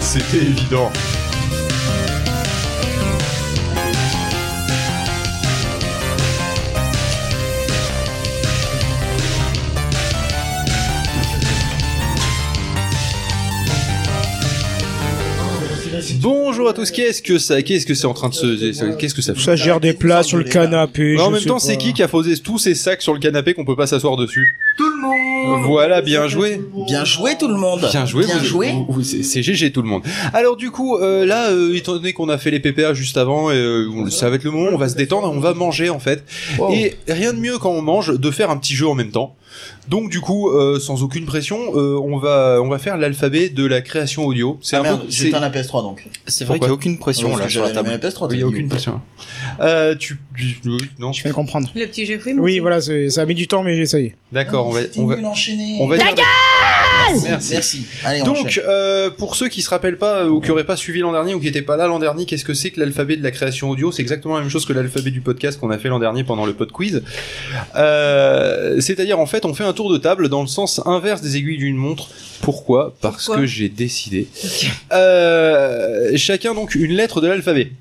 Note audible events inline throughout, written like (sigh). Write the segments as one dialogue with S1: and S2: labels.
S1: c'était évident. Bonjour à tous, qu'est-ce que ça, qu'est-ce que c'est en train de se, qu'est-ce que ça fout
S2: Ça gère des plats sur le canapé.
S1: Mais en
S2: je
S1: même
S2: sais
S1: temps, c'est
S2: pas.
S1: qui qui a posé tous ces sacs sur le canapé qu'on peut pas s'asseoir dessus
S3: Tout le monde
S1: Voilà, bien joué.
S4: Bien joué tout le monde.
S1: Bien joué,
S4: Bien
S1: vous-
S4: joué.
S1: vous- vous- c'est c'est GG tout le monde. Alors du coup, euh, là, euh, étant donné qu'on a fait les PPA juste avant, et, euh, on- ça va être le moment, on va se détendre, on va manger en fait. Et rien de mieux quand on mange de faire un petit jeu en même temps. Donc du coup, euh, sans aucune pression, euh, on va on va faire l'alphabet de la création audio. C'est
S4: Ah
S1: un
S4: merde,
S1: peu, c'est-
S4: j'éteins la PS3 donc.
S5: C'est vrai
S1: Pourquoi
S5: qu'il n'y a aucune pression
S4: Parce
S5: là
S4: que
S5: sur la
S4: j'avais
S5: table.
S4: allumé la PS3.
S1: il y a
S4: t'as
S1: aucune
S4: dit.
S1: pression. Euh, tu, tu- non.
S2: Je vais comprendre.
S6: Le petit jeu fruit. mon
S2: Oui,
S6: petit.
S2: voilà, c'est- ça a mis du temps, mais j'ai essayé.
S1: D'accord, on va on va
S4: Nul enchaîné.
S1: on va dire- Ah,
S4: Merci.
S1: Merci.
S4: Merci. Allez, on
S1: Donc,
S4: enchaîne.
S1: euh, pour ceux qui se rappellent pas euh, ou qui auraient pas suivi l'an dernier ou qui étaient pas là l'an dernier, qu'est-ce que c'est que l'alphabet de la création audio C'est exactement la même chose que l'alphabet du podcast qu'on a fait l'an dernier pendant le pod quiz. Euh, C'est-à-dire, en fait, on fait un tour de table dans le sens inverse des aiguilles d'une montre. Pourquoi Parce
S6: Pourquoi
S1: que j'ai décidé. Euh, chacun donc une lettre de l'alphabet.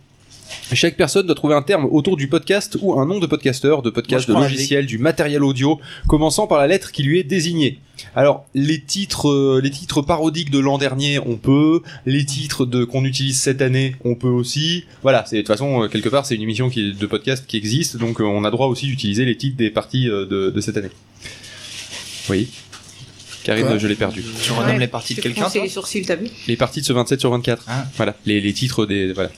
S1: Chaque personne doit trouver un terme autour du podcast ou un nom de podcasteur, de podcast,
S4: Moi, je prends
S1: de
S4: la
S1: logiciel, du matériel audio, commençant par la lettre qui lui est désignée. Alors les titres, euh, les titres parodiques de l'an dernier, on peut. Les titres de qu'on utilise cette année, on peut aussi. Voilà, c'est de toute façon euh, quelque part c'est une émission qui est- de podcast qui existe, donc euh, on a droit aussi d'utiliser les titres des parties euh, de, de cette année. Oui. Karine,
S4: Quoi
S1: je l'ai perdu.
S5: Tu renommes
S6: Ouais,
S5: les parties de
S6: Tu
S5: quelqu'un
S6: fronces
S5: toi
S6: les sourcils, t'as vu
S1: Les parties de ce 27 sur 24.
S5: Ah.
S1: Voilà, les, les titres des voilà.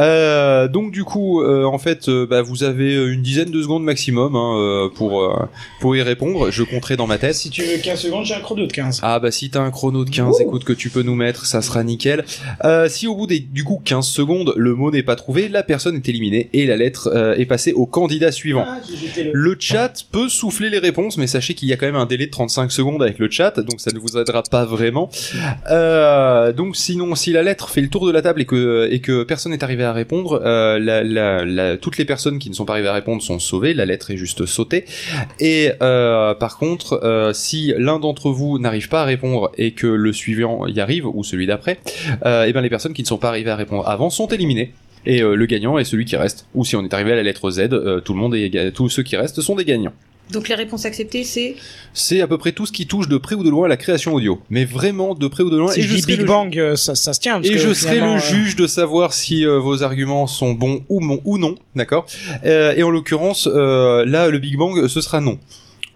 S1: Euh, donc du coup, euh, en fait, euh, bah, vous avez une dizaine de secondes maximum hein, euh, pour euh, pour y répondre. Je compterai dans ma tête.
S2: Si tu veux 15 secondes, j'ai un chrono de 15.
S1: Ah bah si t'as un chrono de 15, écoute que tu peux nous mettre, ça sera nickel. Euh, si au bout des du coup 15 secondes le mot n'est pas trouvé, la personne est éliminée et la lettre euh, est passée au candidat suivant.
S2: Ah,
S1: Le chat peut souffler les réponses, mais sachez qu'il y a quand même un délai de 35 secondes avec le chat, donc ça ne vous aidera pas vraiment. Euh, donc sinon, si la lettre fait le tour de la table et que, et que personne n'est arrivé à répondre, euh, la- la- la- toutes les personnes qui ne sont pas arrivées à répondre sont sauvées, la lettre est juste sautée. Et euh, par contre, euh, si l'un d'entre vous n'arrive pas à répondre et que le suivant y arrive, ou celui d'après, euh, et bien les personnes qui ne sont pas arrivées à répondre avant sont éliminées. Et euh, le gagnant est celui qui reste. Ou si on est arrivé à la lettre Z, euh, tout le monde est, ga- tous ceux qui restent sont des gagnants.
S6: Donc les réponses acceptées, c'est
S1: C'est à peu près tout ce qui touche de près ou de loin à la création audio. Mais vraiment de près ou de loin.
S2: Si
S1: Et
S2: je
S1: je
S2: dis
S1: serai
S2: Big
S1: le-
S2: Bang, euh, ça, ça se tient. parce
S1: et
S2: que
S1: je serai
S2: finalement,
S1: le
S2: euh,
S1: juge de savoir si euh, vos arguments sont bons ou, mon- ou non, d'accord Euh, Et en l'occurrence, euh, là, le Big Bang, ce sera non.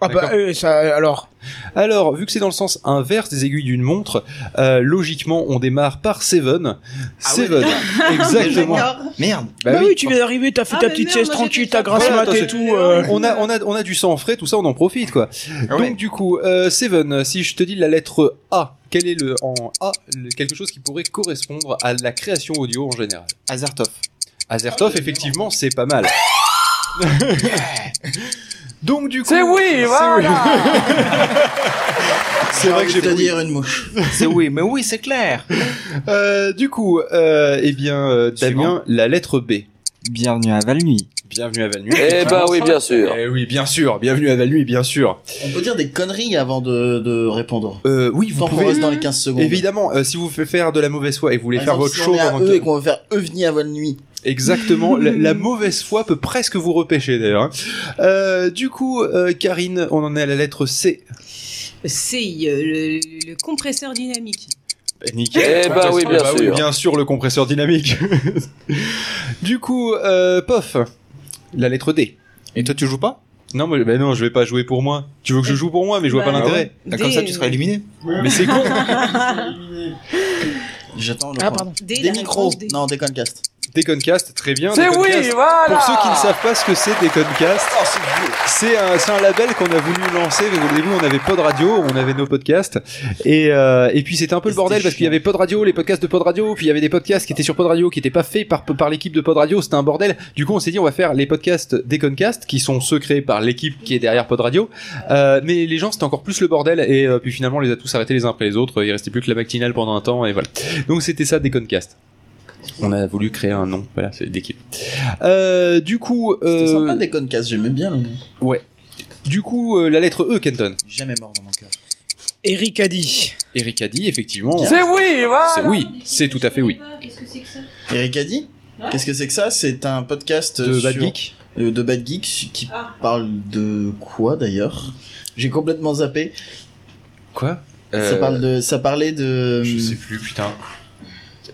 S2: Ah bah,
S1: D'accord.
S2: euh, ça, alors.
S1: Alors, vu que c'est dans le sens inverse des aiguilles d'une montre, euh, logiquement, on démarre par Seven. Seven, exactement.
S4: Merde.
S2: Bah,
S1: Bah oui.
S2: oui, tu viens d'arriver, t'as fait
S6: Ah,
S2: ta
S6: mais
S2: petite
S6: merde,
S2: sieste
S6: moi,
S2: tranquille,
S6: j'étais
S2: t'as grasse
S1: sur-
S2: mat
S1: Voilà,
S2: et tout. euh,
S1: On a, on a, on a du sang frais, tout ça, on en profite, quoi.
S5: Ah ouais.
S1: Donc, du coup, euh, Seven, si je te dis la lettre A, quel est le, en A, le- quelque chose qui pourrait correspondre à la création audio en général?
S5: Azertov.
S1: Azertov, effectivement, c'est pas (laughs) mal. Donc du coup,
S7: C'est oui,
S1: Ah
S7: voilà
S1: c'est vrai que j'ai
S4: te
S1: pas
S4: dire une mouche.
S5: C'est oui, mais oui, c'est clair.
S1: Euh, du coup, euh, eh bien, euh,
S5: Suivant.
S1: Damien, la lettre B.
S7: Bienvenue à Valnuy.
S1: Bienvenue à Valnuy.
S7: Eh bah oui, bien sûr.
S1: Eh oui, bien sûr. Bienvenue à Valnuy, bien sûr.
S4: On peut dire des conneries avant de, de répondre.
S1: Euh, oui, vous
S4: Tant qu'on
S1: pouvez.
S4: reste dans les 15 secondes.
S1: Évidemment, euh, si vous faites faire de la mauvaise foi et que vous voulez
S4: Par
S1: faire
S4: exemple,
S1: votre
S4: Ah, si
S1: show
S4: on est à
S1: pendant
S4: eux
S1: que-
S4: et qu'on veut faire eux venir avant la nuit.
S1: Exactement, la,
S4: (laughs)
S1: la mauvaise foi peut presque vous repêcher d'ailleurs. hein. Euh, du coup, euh, Karine, on en est à la lettre C.
S6: CI, euh, le, le compresseur dynamique.
S1: Nickel.
S7: Eh bah oui, bien sûr.
S1: bien sûr, le compresseur dynamique. (laughs) du coup, euh, pof, la lettre D.
S5: Et toi, tu joues pas
S1: Non, mais ben non, je vais pas jouer pour moi. Tu veux que je
S4: Eh.
S1: joue pour moi, mais je vois pas
S6: Bah,
S1: l'intérêt.
S5: Ah, Comme ça, tu
S6: Des-
S5: seras éliminé.
S1: Mais c'est con.
S4: J'attends le
S2: Ah,
S4: point.
S2: pardon.
S6: Des,
S4: Des
S6: la
S4: micros.
S6: réponse D.
S4: Non, des concasts.
S1: Deconcast, très bien.
S7: C'est oui,
S1: Deconcast.
S7: voilà
S1: Pour ceux qui ne savent pas ce que c'est Deconcast,
S4: Oh,
S1: c'est un, c'est un label qu'on a voulu lancer. Au début, on avait Pod Radio, on avait nos podcasts, et, euh, et puis c'était un peu le
S4: C'était
S1: bordel parce qu'il y
S4: chiant.
S1: avait Pod Radio, les podcasts de Pod Radio, puis il y avait des podcasts qui étaient sur Pod Radio qui n'étaient pas faits par par l'équipe de Pod Radio. C'était un bordel. Du coup, on s'est dit on va faire les podcasts Deconcast qui sont ceux créés par l'équipe qui est derrière Pod Radio. Euh, mais les gens c'était encore plus le bordel et euh, puis finalement on les a tous arrêtés les uns après les autres. Il restait plus que la matinale pendant un temps et voilà. Donc c'était ça Deconcast. On a voulu créer un nom, voilà, c'est d'équipe. Euh, du coup,
S4: C'était
S1: euh,
S4: sympa des concasts, j'aimais bien le nom.
S1: du coup, euh, la lettre E, Kenton.
S4: Jamais mort dans mon cœur.
S2: Eric a dit.
S1: Eric a dit, effectivement.
S7: C'est oui,
S1: C'est
S7: voilà.
S1: oui, c'est tout à fait oui.
S3: Qu'est-ce que c'est que ça
S4: Eric a dit Qu'est-ce que c'est que ça C'est un podcast
S1: De Bad
S4: sur-
S1: Geek.
S4: euh, de Bad Geek qui
S3: Ah.
S4: parle de quoi d'ailleurs J'ai complètement zappé.
S1: Quoi
S4: Ça, parle de... ça parlait de.
S1: Euh,
S4: euh,
S1: Je sais plus, putain.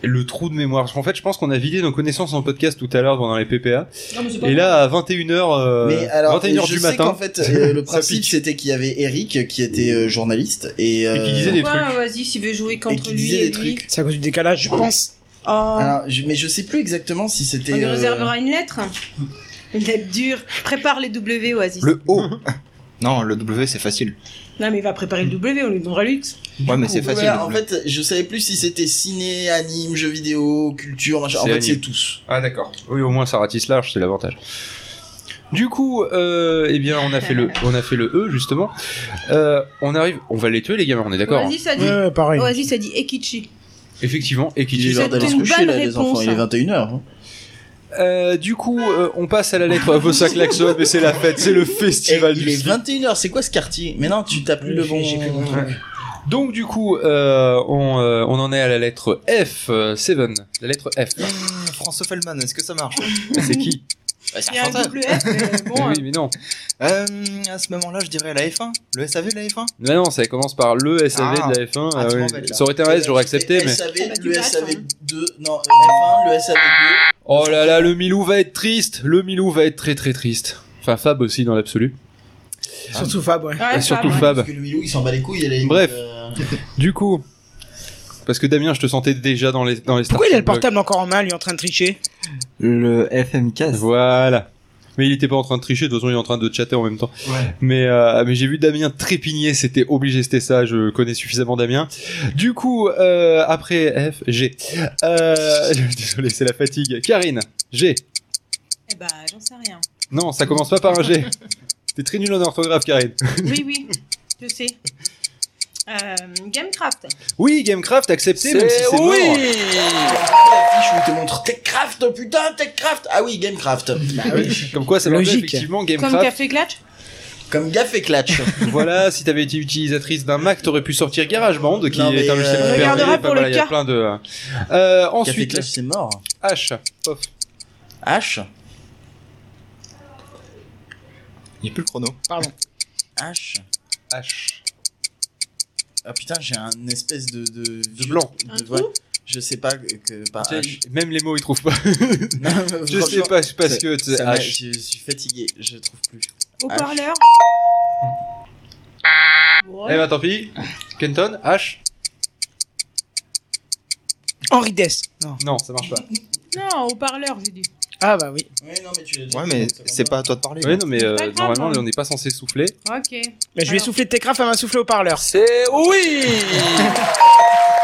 S1: Le trou de mémoire. En fait, je pense qu'on a vidé nos connaissances en podcast tout à l'heure pendant les PPA.
S3: Non, mais c'est pas
S1: Et euh, là, à 21h,
S4: Mais alors,
S1: 21h
S4: je
S1: du
S4: sais
S1: matin,
S4: qu'en fait, euh, le
S1: (laughs) ça
S4: principe
S1: pique.
S4: c'était qu'il y avait Eric qui était euh, journaliste et,
S1: et
S4: euh,
S1: qui disait des trucs.
S6: Ouais, vas-y, s'il veut jouer
S4: Et
S6: contre
S4: qui
S6: lui
S4: disait
S6: et
S4: des
S6: lui.
S4: trucs.
S2: C'est à cause du décalage, je pense.
S6: Oh,
S4: Alors, je- mais je sais plus exactement si
S6: on
S4: c'était.
S6: lui
S4: euh,
S6: réservera une lettre. Une lettre dure. Prépare les W, Oasis.
S5: Le O. non, le W c'est facile.
S6: Non, mais il va préparer le W, on lui donnera le X.
S5: Ouais, mais c'est
S4: Ouais,
S5: facile. le
S4: en
S5: W.
S4: fait, je savais plus si c'était ciné, anime, jeux vidéo, culture, machin. En
S1: C'est
S4: fait,
S1: anime.
S4: c'est tous.
S1: Ah d'accord. Oui, au moins ça ratisse large, c'est l'avantage. Du coup, euh, eh bien, on a fait le, on a fait le E justement. Euh, on arrive, on va les tuer les gamins, on est d'accord. hein.
S6: Oasis a dit,
S2: Ouais, pareil.
S6: Oasis a dit Ekichi.
S1: Effectivement, et qui dit
S6: l'heure d'aller se une coucher, bonne là, les réponse, enfants. Il est hein.
S4: 21h.
S1: Euh, Du coup, euh, on passe à la lettre. Vos sacs klaxon, mais c'est la fête, c'est le festival
S4: il
S1: du
S4: est
S1: slip.
S4: 21h, c'est quoi ce quartier Mais non, tu t'as plus le
S2: J'ai-
S4: bon.
S2: j'ai plus le bon truc.
S1: Donc du coup, euh, on, euh, on en est à la lettre F, euh, Seven, la lettre F.
S5: Mmh, François Feldman, est-ce que ça marche
S1: C'est qui
S5: Bah, c'est
S6: Il y a un
S5: François.
S6: double F, mais bon. hein.
S1: Mais (laughs) Oui, mais non.
S5: Euh, à ce moment-là, je dirais la F1. Le SAV de la F1
S1: Mais non, ça commence par le SAV
S5: Ah.
S1: de la F1.
S5: Ah,
S1: euh,
S5: tu
S1: oui.
S5: m'embêtes, là.
S1: Ça aurait été un S, j'aurais accepté, mais.
S4: SAV,
S6: Ah bah, tu
S4: le
S6: passes,
S4: SAV
S6: hein.
S4: 2, non, euh, F1, le SAV 2.
S1: Oh là là, le Milou va être triste. Le Milou va être très très triste. Enfin, Fab aussi dans l'absolu.
S2: Surtout Fab,
S6: Ah,
S2: ouais.
S1: Et surtout
S4: Parce
S1: Fab.
S4: que le Milou, il s'en bat les couilles. Elle est
S1: Bref.
S4: euh,
S1: Du coup, parce que Damien, je te sentais déjà dans les dans les.
S2: Pourquoi il a le
S1: starting blocks.
S2: portable encore en main, lui, en train de tricher
S7: Le FMK.
S1: Voilà. Mais il était pas en train de tricher. De toute façon, il est en train de chatter en même temps.
S5: Ouais.
S1: Mais euh, mais j'ai vu Damien trépigner. C'était obligé, c'était ça. Je connais suffisamment Damien. Du coup, euh, après F, G. Euh, (laughs) désolé, c'est la fatigue. Karine, G.
S6: Eh bah, j'en sais rien.
S1: Non, ça commence pas par un G. T'es très nul en orthographe, Karine.
S6: Oui, oui, je sais. Euh, Gamecraft.
S1: Oui, Gamecraft accepté,
S7: C'est
S1: même si c'est mort.
S7: oui.
S4: L'affiche où il te montre Techcraft, putain, Techcraft. Ah oui, Gamecraft.
S1: Bah Ah Comme quoi, ça va
S2: Logique.
S1: effectivement
S6: Comme
S1: Gamecraft.
S6: Café Clatch.
S4: Comme gaffe et clutch.
S1: voilà, si t'avais été utilisatrice d'un Mac, t'aurais pu sortir GarageBand, qui
S4: Non, mais,
S1: est un logiciel
S4: euh,
S1: libéré,
S6: regardera
S1: enfin,
S6: pour le
S1: voilà, Il y a
S6: cas.
S1: plein de. Euh,
S4: Gaffe
S1: (laughs)
S4: et
S1: ensuite,
S4: clutch, c'est mort.
S1: H. Pof.
S4: H.
S5: Il n'y a plus le chrono.
S4: H.
S1: H.
S4: Ah putain, j'ai un espèce de. De, vieux-
S1: blanc.
S4: de-
S6: Un
S4: ouais.
S6: trou
S4: Je sais pas que. que- par
S1: (laughs)
S4: H.
S1: Ah, Même les mots, ils trouvent pas.
S4: Non, (laughs)
S1: Je sais
S4: franchement,
S1: pas, c'est parce
S4: ça-
S1: que c'est
S4: ça m'a-
S1: H.
S4: Je suis fatigué, je trouve plus.
S6: Haut-parleur.
S1: Eh
S6: Ouais.
S1: ben tant pis. Kenton, H.
S2: Henri Dess. Non.
S1: Non, ça marche pas.
S6: Non, haut-parleur, j'ai dit.
S2: Ah bah oui.
S4: Ouais, non, mais tu l'as déjà
S5: Ouais,
S4: dit,
S5: mais
S4: donc ça
S5: c'est
S4: compte
S5: pas à toi de parler.
S1: Ouais, non, mais euh,
S6: Pas grave,
S1: normalement,
S6: hein.
S1: on n'est pas censé souffler.
S6: Ok.
S2: Bah, je vais
S6: Alors.
S2: souffler de Techcraft, elle m'a soufflé au parleur.
S7: C'est oui.
S1: (laughs)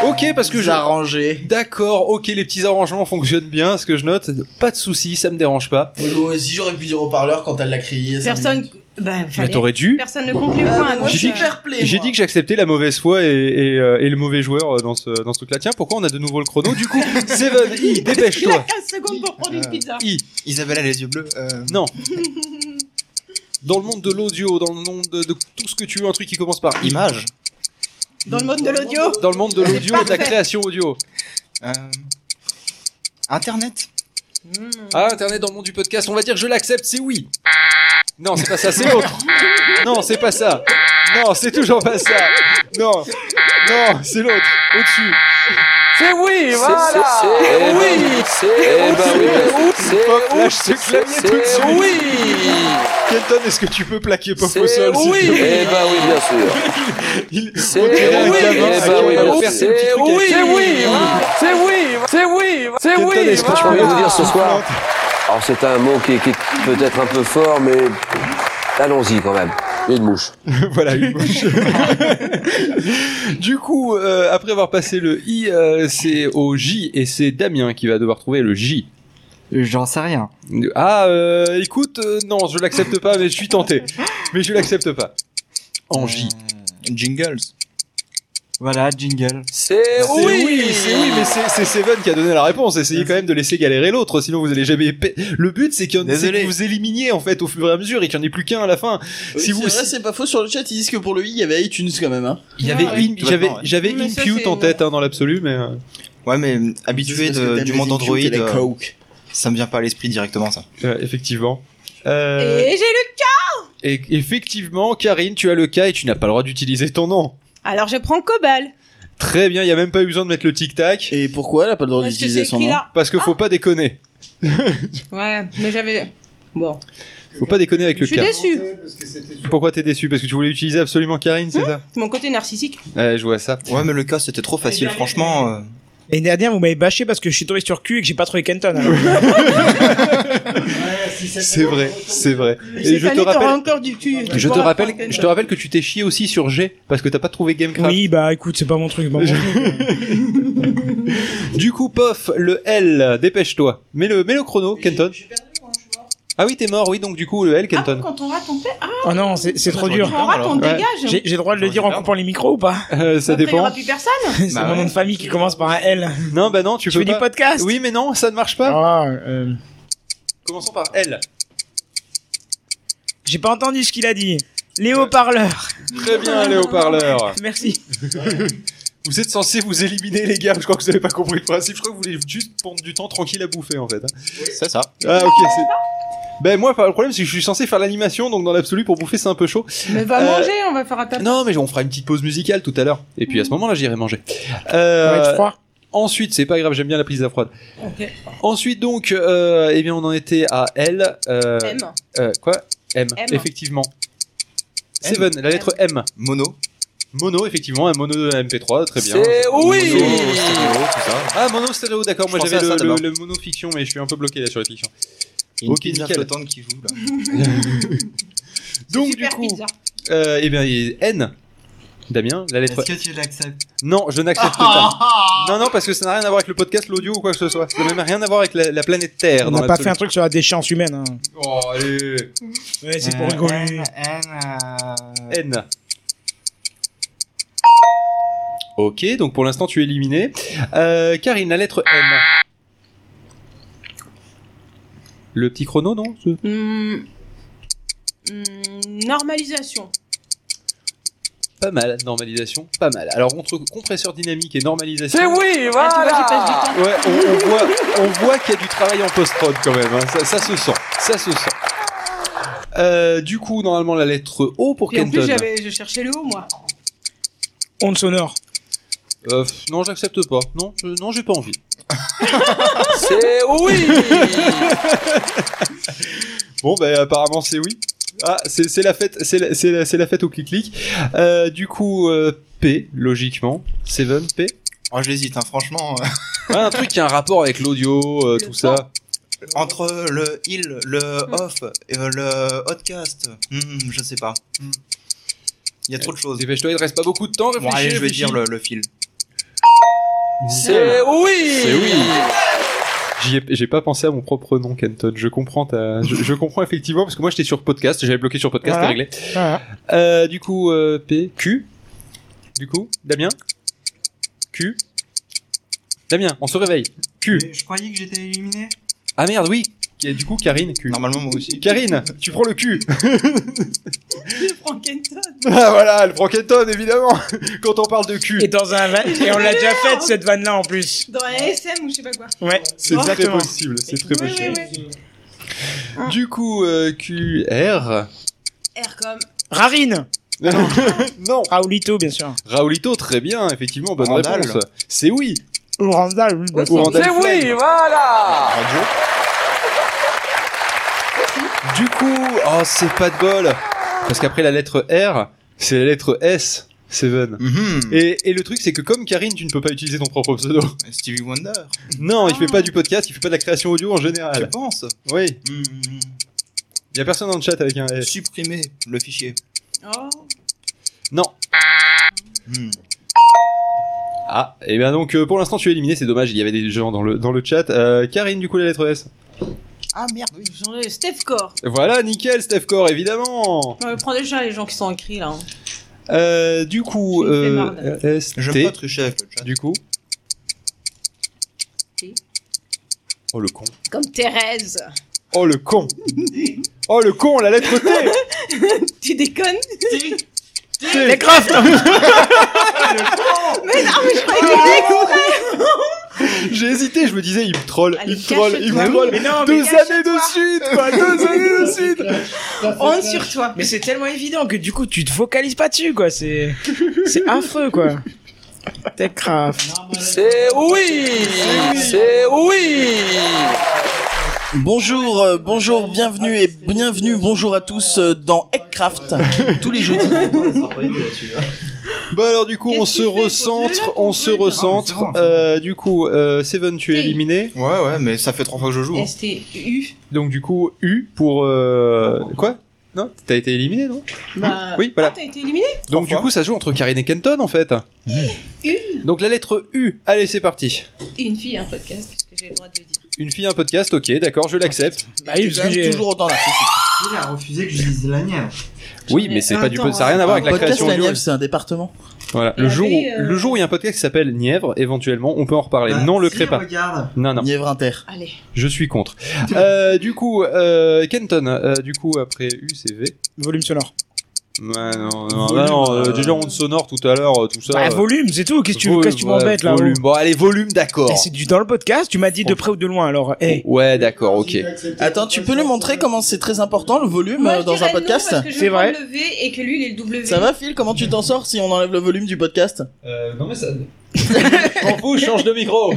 S1: Ok, parce que
S4: J'ai
S1: j'ai
S4: arrangé.
S1: D'accord, ok, les petits arrangements fonctionnent bien, ce que je note. Pas de soucis, ça me dérange pas.
S4: Si j'aurais pu dire au parleur quand elle l'a crié. cinq
S6: Personne.
S4: minutes.
S6: Ben,
S1: Mais
S6: fallait.
S1: t'aurais dû.
S6: Personne ne compte les
S4: Ah,
S6: points.
S4: mais moi,
S6: donc,
S4: je
S1: J'ai
S4: suis
S1: dit-
S6: euh,
S4: fair play,
S1: J'ai
S4: moi.
S1: dit que j'acceptais la mauvaise foi et, et, euh, et le mauvais joueur euh, dans ce, dans ce truc-là. Tiens, pourquoi on a de nouveau le chrono Du
S7: (laughs)
S1: coup, Seven, I,
S6: Il a
S1: dépêche-toi
S6: 15 secondes pour prendre une pizza.
S1: I,
S5: Isabelle a les yeux bleus. euh,
S1: non. Dans le monde de l'audio, dans le monde de, de tout ce que tu veux, un truc qui commence par I.
S5: Image.
S6: Dans le mode de l'audio.
S1: Dans le monde de
S6: C'est
S1: l'audio et de la
S6: parfait.
S1: création audio.
S7: Mm.
S5: euh, Internet.
S1: Ah, Internet dans le monde du podcast, on va dire je l'accepte, c'est oui. Non, c'est pas ça, c'est l'autre. Non, c'est pas ça. Non, c'est toujours pas ça. Non, non, c'est l'autre. Au-dessus.
S7: C'est oui,
S5: voilà.
S7: C'est eh ben oui. C'est bah oui.
S1: Pop,
S7: C'est
S1: lâche ce clavier tout de
S7: C'est
S1: suite.
S7: oui.
S1: Kenton, est-ce que tu peux plaquer Pop au
S7: C'est
S1: sol s'il te
S7: oui.
S1: plaît
S7: Eh bah oui, bien sûr.
S1: (laughs) Il-
S7: C'est
S1: on
S7: oui,
S1: dirait un
S7: eh
S1: gamin
S7: ben
S1: à qui
S7: oui,
S1: on
S7: bien
S1: va faire
S7: sûr.
S1: ses petits
S7: C'est
S1: trucs
S7: oui,
S1: avec
S7: c'est
S1: lui.
S7: oui, Ah, c'est oui, c'est oui, c'est
S1: Kenton,
S7: oui.
S1: est-ce que tu peux
S7: voilà.
S1: nous
S7: dire ce soir
S1: Plante.
S7: Alors c'est un mot qui, qui est peut-être un peu fort, mais allons-y quand même. Une mouche.
S1: (laughs) voilà une bouche. du coup, euh, après avoir passé le I, euh, c'est au J et c'est Damien qui va devoir trouver le J.
S7: J'en sais rien.
S1: Ah, euh, écoute, euh, non, je l'accepte pas, mais je suis tenté. Mais je l'accepte pas. En J.
S5: Jingles.
S3: Voilà, jingle.
S7: C'est
S1: C'est
S7: oui,
S1: c'est Eh oui, mais c'est c'est Seven qui a donné la réponse. Essayez quand même de laisser galérer l'autre, sinon vous allez jamais. pa- Le but, c'est qu'il y en- c'est
S5: Désolé.
S1: que vous éliminiez en fait au fur et à mesure et qu'il n'y en ait plus qu'un à la fin.
S4: Oui,
S1: si
S4: c'est
S1: vous,
S4: vrai, c'est pas faux sur le chat, ils disent que pour le i, il y avait iTunes quand même. Hein.
S1: il y avait
S6: Ouais.
S1: une, j'avais
S5: Complètement, ouais.
S1: j'avais
S6: Mais ça,
S1: Impute
S6: c'est-
S1: en tête hein, dans l'absolu, mais euh,
S5: Ouais, mais euh, habitué
S4: Juste parce
S5: de-
S4: que t'aimes
S5: du
S4: les
S5: monde
S4: Impute
S5: Android,
S4: et la
S5: euh,
S4: Coke.
S5: ça me vient pas à l'esprit directement ça.
S1: euh, effectivement. Euh,
S6: Et j'ai le cas
S1: et effectivement, Karine, tu as le cas et tu n'as pas le droit d'utiliser ton nom.
S6: Alors je prends Cobal.
S1: Très bien, il y a même pas eu besoin de mettre le tic tac
S4: Et pourquoi elle a pas le droit
S6: Parce que c'est
S4: d'utiliser son
S6: écrit
S4: nom
S6: là.
S1: parce que faut pas déconner.
S6: Ouais, mais j'avais. Bon.
S1: Faut pas déconner avec
S6: Je
S1: le
S6: suis
S1: cas.
S6: déçue. Hmm
S1: Pourquoi t'es déçu Parce que tu voulais utiliser absolument Karine, c'est ça
S6: C'est mon côté narcissique.
S1: Ouais, je vois ça.
S5: Ouais, mais le cas c'était trop facile, franchement. euh,
S2: L'année dernière, vous m'avez bâché parce que je suis tombé sur cul et que j'ai pas trouvé Kenton. alors.
S1: (laughs) C'est vrai, c'est vrai. Et
S6: Cette
S1: je te
S6: année, t'auras
S1: rappelle,
S6: encore du tu. tu
S1: Je te
S6: pourras
S1: rappelle,
S6: prendre
S1: je te rappelle que tu t'es chié aussi sur G parce que t'as pas trouvé Gamecraft.
S2: oui, bah écoute, c'est pas mon truc. bon.
S1: Du coup, pof, le L, dépêche-toi. Mets le, mets le chrono, Kenton. Ah oui, t'es mort, oui, donc du coup, le L,
S6: Ah,
S1: Kenton.
S6: quand on rate, on perd. Ah,
S2: Oh non, c'est c'est trop
S6: quand
S2: dur.
S6: on rate, on
S1: Ouais.
S6: dégage.
S2: J'ai j'ai le droit de le dire en coupant les micros ou pas
S1: Euh, ça
S6: Après, Il y
S1: dépend.
S6: aura plus personne.
S2: (laughs) C'est
S5: Bah
S2: mon nom
S5: ouais.
S2: de famille qui commence par un L.
S1: Non, bah non, tu
S2: Je
S1: peux
S2: fais du
S1: pas.
S2: podcast
S1: Oui, mais non, ça ne marche pas.
S2: Ah, euh,
S1: Commençons par L.
S2: J'ai pas entendu ce qu'il a dit. Léo parleur.
S1: Très bien, Léo parleur.
S2: (laughs) Merci.
S1: Vous êtes censés vous éliminer, les gars. Je crois que vous avez pas compris le principe. Je crois que vous voulez juste prendre du temps tranquille à bouffer, en fait. hein.
S5: C'est ça.
S1: Ah, ok, c'est. Ben moi, le problème, c'est que je suis censé faire l'animation, donc dans l'absolu, pour bouffer, c'est un peu chaud.
S6: Mais va
S1: Euh,
S6: manger, on va faire un tas.
S1: Non, mais on fera une petite pause musicale tout à l'heure. Et puis à ce moment-là, j'irai manger. Euh,
S2: Ça va être froid.
S1: Ensuite, c'est pas grave, j'aime bien la prise à froide.
S6: Ok.
S1: Ensuite, donc, euh, eh bien, on en était à L. euh,
S6: M.
S1: euh, quoi M,
S6: M.
S1: Effectivement. Seven, la lettre M.
S5: Mono.
S1: Mono, effectivement, un mono de MP3, très bien.
S7: C'est oui.
S1: Mono, euh,
S5: stéréo, tout ça.
S1: Ah, mono stéréo, d'accord.
S5: Je
S1: Moi,
S5: pensais
S1: j'avais
S5: à
S1: le,
S5: ça
S1: le,
S5: d'abord.
S1: le mono fiction, mais je suis un peu bloqué là sur les fictions.
S5: Il y a une
S1: Ok,
S5: pizza
S1: nickel.
S5: flottante qui joue là.
S1: Donc, du
S6: Super
S1: coup,
S6: pizza.
S1: euh, eh bien, il y a N. Damien, la lettre.
S3: Est-ce que tu l'acceptes
S1: Non, je n'accepte pas. Non, non, parce que ça n'a rien à voir avec le podcast, l'audio ou quoi que ce soit. Ça n'a même rien à voir avec la, la planète Terre.
S2: On
S1: dans
S2: n'a pas
S1: l'absolu.
S2: fait un truc sur la déchéance humaine. hein.
S1: Oh, allez.
S2: Ouais, c'est
S3: Euh,
S2: pour rigoler.
S3: N, N, euh,
S1: N. Ok, donc pour l'instant tu es éliminé. Euh, Karine, la lettre N. Le petit chrono, non ce-
S6: Hmm. Hmm, Normalisation. Ah,
S1: Pas mal, normalisation, pas mal. Alors entre compresseur dynamique et normalisation,
S7: C'est oui,
S6: Ah, tu vois, j'y passe
S7: voilà.
S6: du temps.
S1: ouais, on, on voit, on voit qu'il y a du travail en post-prod quand même. hein. Ça, ça se sent, ça se sent. Euh, du coup, normalement la lettre O pour
S6: Et en plus,
S1: Kenton.
S6: j'avais, je cherchais le haut, moi. (laughs)
S2: Onde sonore.
S1: Euh, pff, non, j'accepte pas. Non, je- non, j'ai pas envie.
S7: C'est oui.
S1: Bon, ben apparemment c'est oui. Ah, c'est c'est la fête, c'est la, c'est la, c'est la fête au clic-clic. Euh, du coup, euh, P, logiquement. Seven, P.
S5: Oh, j'hésite, hein, franchement. euh,
S1: Ah, un truc qui a un rapport avec l'audio, euh,
S6: Le
S1: tout ça.
S5: Entre le il, le off, et le podcast, hmm, je sais pas. Hmm. Il y a trop de choses.
S1: Dépêche-toi, il te reste pas beaucoup de temps.
S5: Bon,
S1: Réfléchis,
S5: allez, je vais
S1: Euh, réfléchis.
S5: dire le, le fil.
S7: C'est oui.
S1: C'est oui. J'y ai- J'ai pas pensé à mon propre nom, Kenton. Je comprends ta, je, je comprends effectivement parce que moi j'étais sur podcast, j'avais bloqué sur podcast,
S2: Ouais.
S1: c'est réglé.
S2: Ah,
S1: Euh, du coup, euh, P, Q. Du coup, Damien. Q. Damien, on se réveille. Q.
S3: mais Je croyais que j'étais éliminé.
S1: Ah merde, oui. Et du coup, Karine, Q.
S5: Normalement, moi aussi.
S1: Karine, tu prends le
S5: (laughs)
S1: cul.
S6: Le Frankenton.
S1: ah voilà, le Frankenton évidemment. (laughs) Quand on parle de
S2: Et
S1: cul,
S2: dans un van- et on l'a déjà faite cette vanne là en plus.
S6: Dans la SM ou je sais pas quoi.
S2: Ouais,
S1: c'est très
S2: exactement.
S1: possible, c'est très
S6: Oui,
S1: possible.
S6: oui,
S1: Du coup, euh, Q, R.
S6: oui. R comme.
S2: Rarine,
S1: non.
S2: Raoulito bien sûr.
S1: Raoulito, très bien, effectivement, bonne
S5: Randall.
S1: réponse. C'est oui.
S2: Ou Randall, oui, bien
S1: Ou
S2: sûr.
S1: Randall
S7: C'est
S1: Flagg.
S7: oui, voilà.
S5: Radio.
S1: Du coup, oh c'est pas de bol, parce qu'après la lettre R, c'est la lettre S, Seven.
S5: Mhm.
S1: Et, et le truc, c'est que comme Karine, tu ne peux pas utiliser ton propre pseudo.
S5: Stevie Wonder,
S1: Non, il
S6: Ah.
S1: fait pas du podcast, il fait pas de la création audio en
S5: je
S1: général.
S5: pense.
S1: Oui,
S3: Hmm.
S5: Mhm.
S1: il y a personne dans le chat avec un S.
S5: (laughs) Supprimer le fichier.
S6: Oh.
S1: Non,
S5: Mhm.
S1: Ah, et bien donc euh, pour l'instant tu es éliminé, c'est dommage, il y avait des gens dans le, dans le chat. Euh, Karine, du coup, la lettre S.
S5: Ah merde, oui.
S6: J'en ai Steph Core.
S1: Voilà, nickel, Steph Core, évidemment
S6: On prend déjà les gens qui sont écrits là. hein.
S1: Euh, du coup,
S6: J'ai fait
S1: euh,
S6: marde.
S1: euh,
S5: J'aime pas
S1: ST,
S5: tricher avec le chat.
S1: du coup.
S6: T.
S1: Oh le con.
S6: Comme Thérèse.
S1: Oh le con. Oh le con, la
S6: (laughs)
S1: lettre T.
S6: Tu déconnes
S1: T.
S2: Craft
S6: Mais non, mais je croyais qu'il était exprès.
S1: J'ai hésité, je me disais, il me troll,
S6: Allez,
S1: il me troll, il me
S6: cache-toi.
S1: troll.
S2: Mais non, mais
S1: Deux
S6: cache-toi.
S1: années de suite, quoi, deux années de suite.
S6: Honte sur toi.
S2: Mais c'est tellement évident que du coup tu te focalises pas dessus quoi, c'est c'est affreux quoi. Techcraft.
S7: C'est oui C'est oui
S4: Bonjour, euh, bonjour, bienvenue et bienvenue, bonjour à tous euh, dans Eggcraft, tous les jeudis.
S1: Bon Bah, alors du coup,
S6: Qu'est-ce
S1: on
S6: qu'il
S1: se
S6: fait, faut se
S1: recentre,
S6: lever,
S1: on
S6: faut
S1: se
S6: se lever.
S3: Ah, mais
S1: recentre.
S3: c'est bon,
S1: Euh, Du coup, euh, Seven, tu es
S6: T.
S1: éliminé.
S5: Ouais, ouais, mais ça fait trois fois que je joue. hein.
S6: STU.
S1: Donc du coup, U pour euh,
S6: Oh.
S1: quoi Non, t'as été éliminé, non
S6: Bah,
S1: Oui, voilà.
S6: ah, t'as été éliminé
S1: Donc du
S5: fois.
S1: coup, ça se joue entre Karine et Kenton en fait.
S6: Une.
S1: Donc la lettre U. Allez, c'est parti.
S6: Et une fille, un podcast, puisque j'ai le droit de le dire.
S1: Une fille, un podcast. Ok, d'accord, je l'accepte.
S2: Bah oui, parce que j'ai-
S4: toujours autant là.
S1: Ah
S3: Il a refusé que je dise la mienne.
S1: Oui, mais
S6: Mais
S1: c'est
S6: en
S1: pas
S6: même
S1: du
S6: temps,
S1: peu. Ça n'a
S2: hein.
S1: rien à voir avec la
S4: Ah, podcast
S1: création
S4: La
S1: du
S4: Nièvre, c'est un département.
S1: Voilà.
S6: Et
S1: Le jour, où,
S6: après, euh,
S1: le jour où il y a un podcast qui s'appelle Nièvre, éventuellement, on peut en reparler.
S2: Ah,
S1: non, le crée pas.
S3: Bah, Regarde.
S1: Non, non,
S4: Nièvre Inter.
S6: Allez.
S1: je suis
S2: (laughs)
S1: contre. Euh, du coup, euh, Kenton. euh, du coup, après U, c'est V.
S2: volume sonore.
S1: Ouais, non, non, bah non, euh, déjà on sonore tout à l'heure, euh, tout ça.
S2: Bah
S1: euh,
S2: volume, c'est tout. Qu'est-ce que tu
S1: vo-
S2: veux Qu'est-ce que tu
S1: ouais,
S2: m'embêtes là
S1: volume. Bon, allez, volume,
S2: Eh,
S1: d'accord.
S2: C'est du dans le podcast, tu m'as dit de près ou de loin alors. Eh,
S1: Ouais, d'accord, ok.
S4: Attends, tu peux nous montrer comment c'est très important le volume
S6: Moi,
S4: euh,
S6: je
S4: dans un
S6: dirais non,
S4: podcast
S6: parce que je
S2: C'est
S6: prends
S2: vrai.
S6: le V et que lui, il est le W.
S4: Ça va Phil, comment tu t'en sors si on enlève le volume du podcast
S1: Euh, non, mais ça. (laughs) Je m'en fous, je change de micro.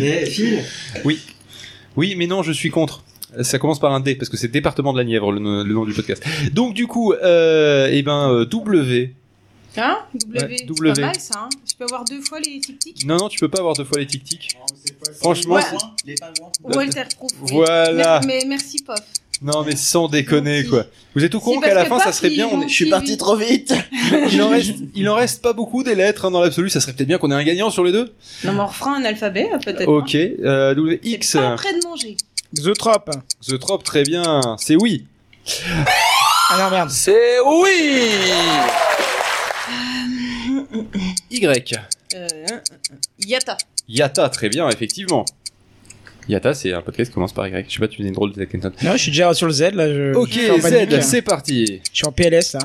S3: Eh, Phil,
S1: Oui, mais non, je suis contre. Ça commence par un D parce que c'est département de la Nièvre le, no- le nom du podcast. Donc du coup, euh, eh ben euh, W.
S6: Hein W.
S1: Ouais,
S6: c'est
S1: W.
S6: pas mal ça, hein. Je peux avoir deux fois les tic-tics
S1: Non, non, tu peux pas avoir deux fois les tic tic. Franchement,
S6: Ouais.
S1: c'est-
S4: Les pingouins.
S6: Walter Proof. oui.
S1: Voilà.
S6: Mer- mais merci, Pof.
S1: non mais sans déconner quoi. Vous êtes au courant
S6: C'est parce
S1: qu'à la
S6: que
S1: fin, ça
S6: Pof,
S1: serait
S6: il
S1: bien. On
S6: joue.
S1: est...
S4: Je suis parti trop vite.
S1: il en
S6: (laughs)
S1: reste, il en reste pas beaucoup des lettres hein, dans l'absolu. Ça serait peut-être bien qu'on ait un gagnant sur les deux.
S6: Non, mais on refera un alphabet, hein, peut-être.
S1: Ok, euh, W,
S6: C'est
S1: X,
S6: pas près de manger.
S2: The Trop.
S1: The Trop, très bien, c'est oui.
S2: Ah non merde.
S7: C'est oui
S1: Y,
S6: Euh, Yata.
S1: Yata, très bien, effectivement. Yata, c'est un podcast qui commence par Y. Je sais pas, tu faisais une drôle de Kenton.
S2: Non, je suis déjà sur le Z là, je
S1: Ok,
S2: je suis en panique,
S1: Z,
S2: là.
S1: c'est parti.
S2: Je suis en PLS là.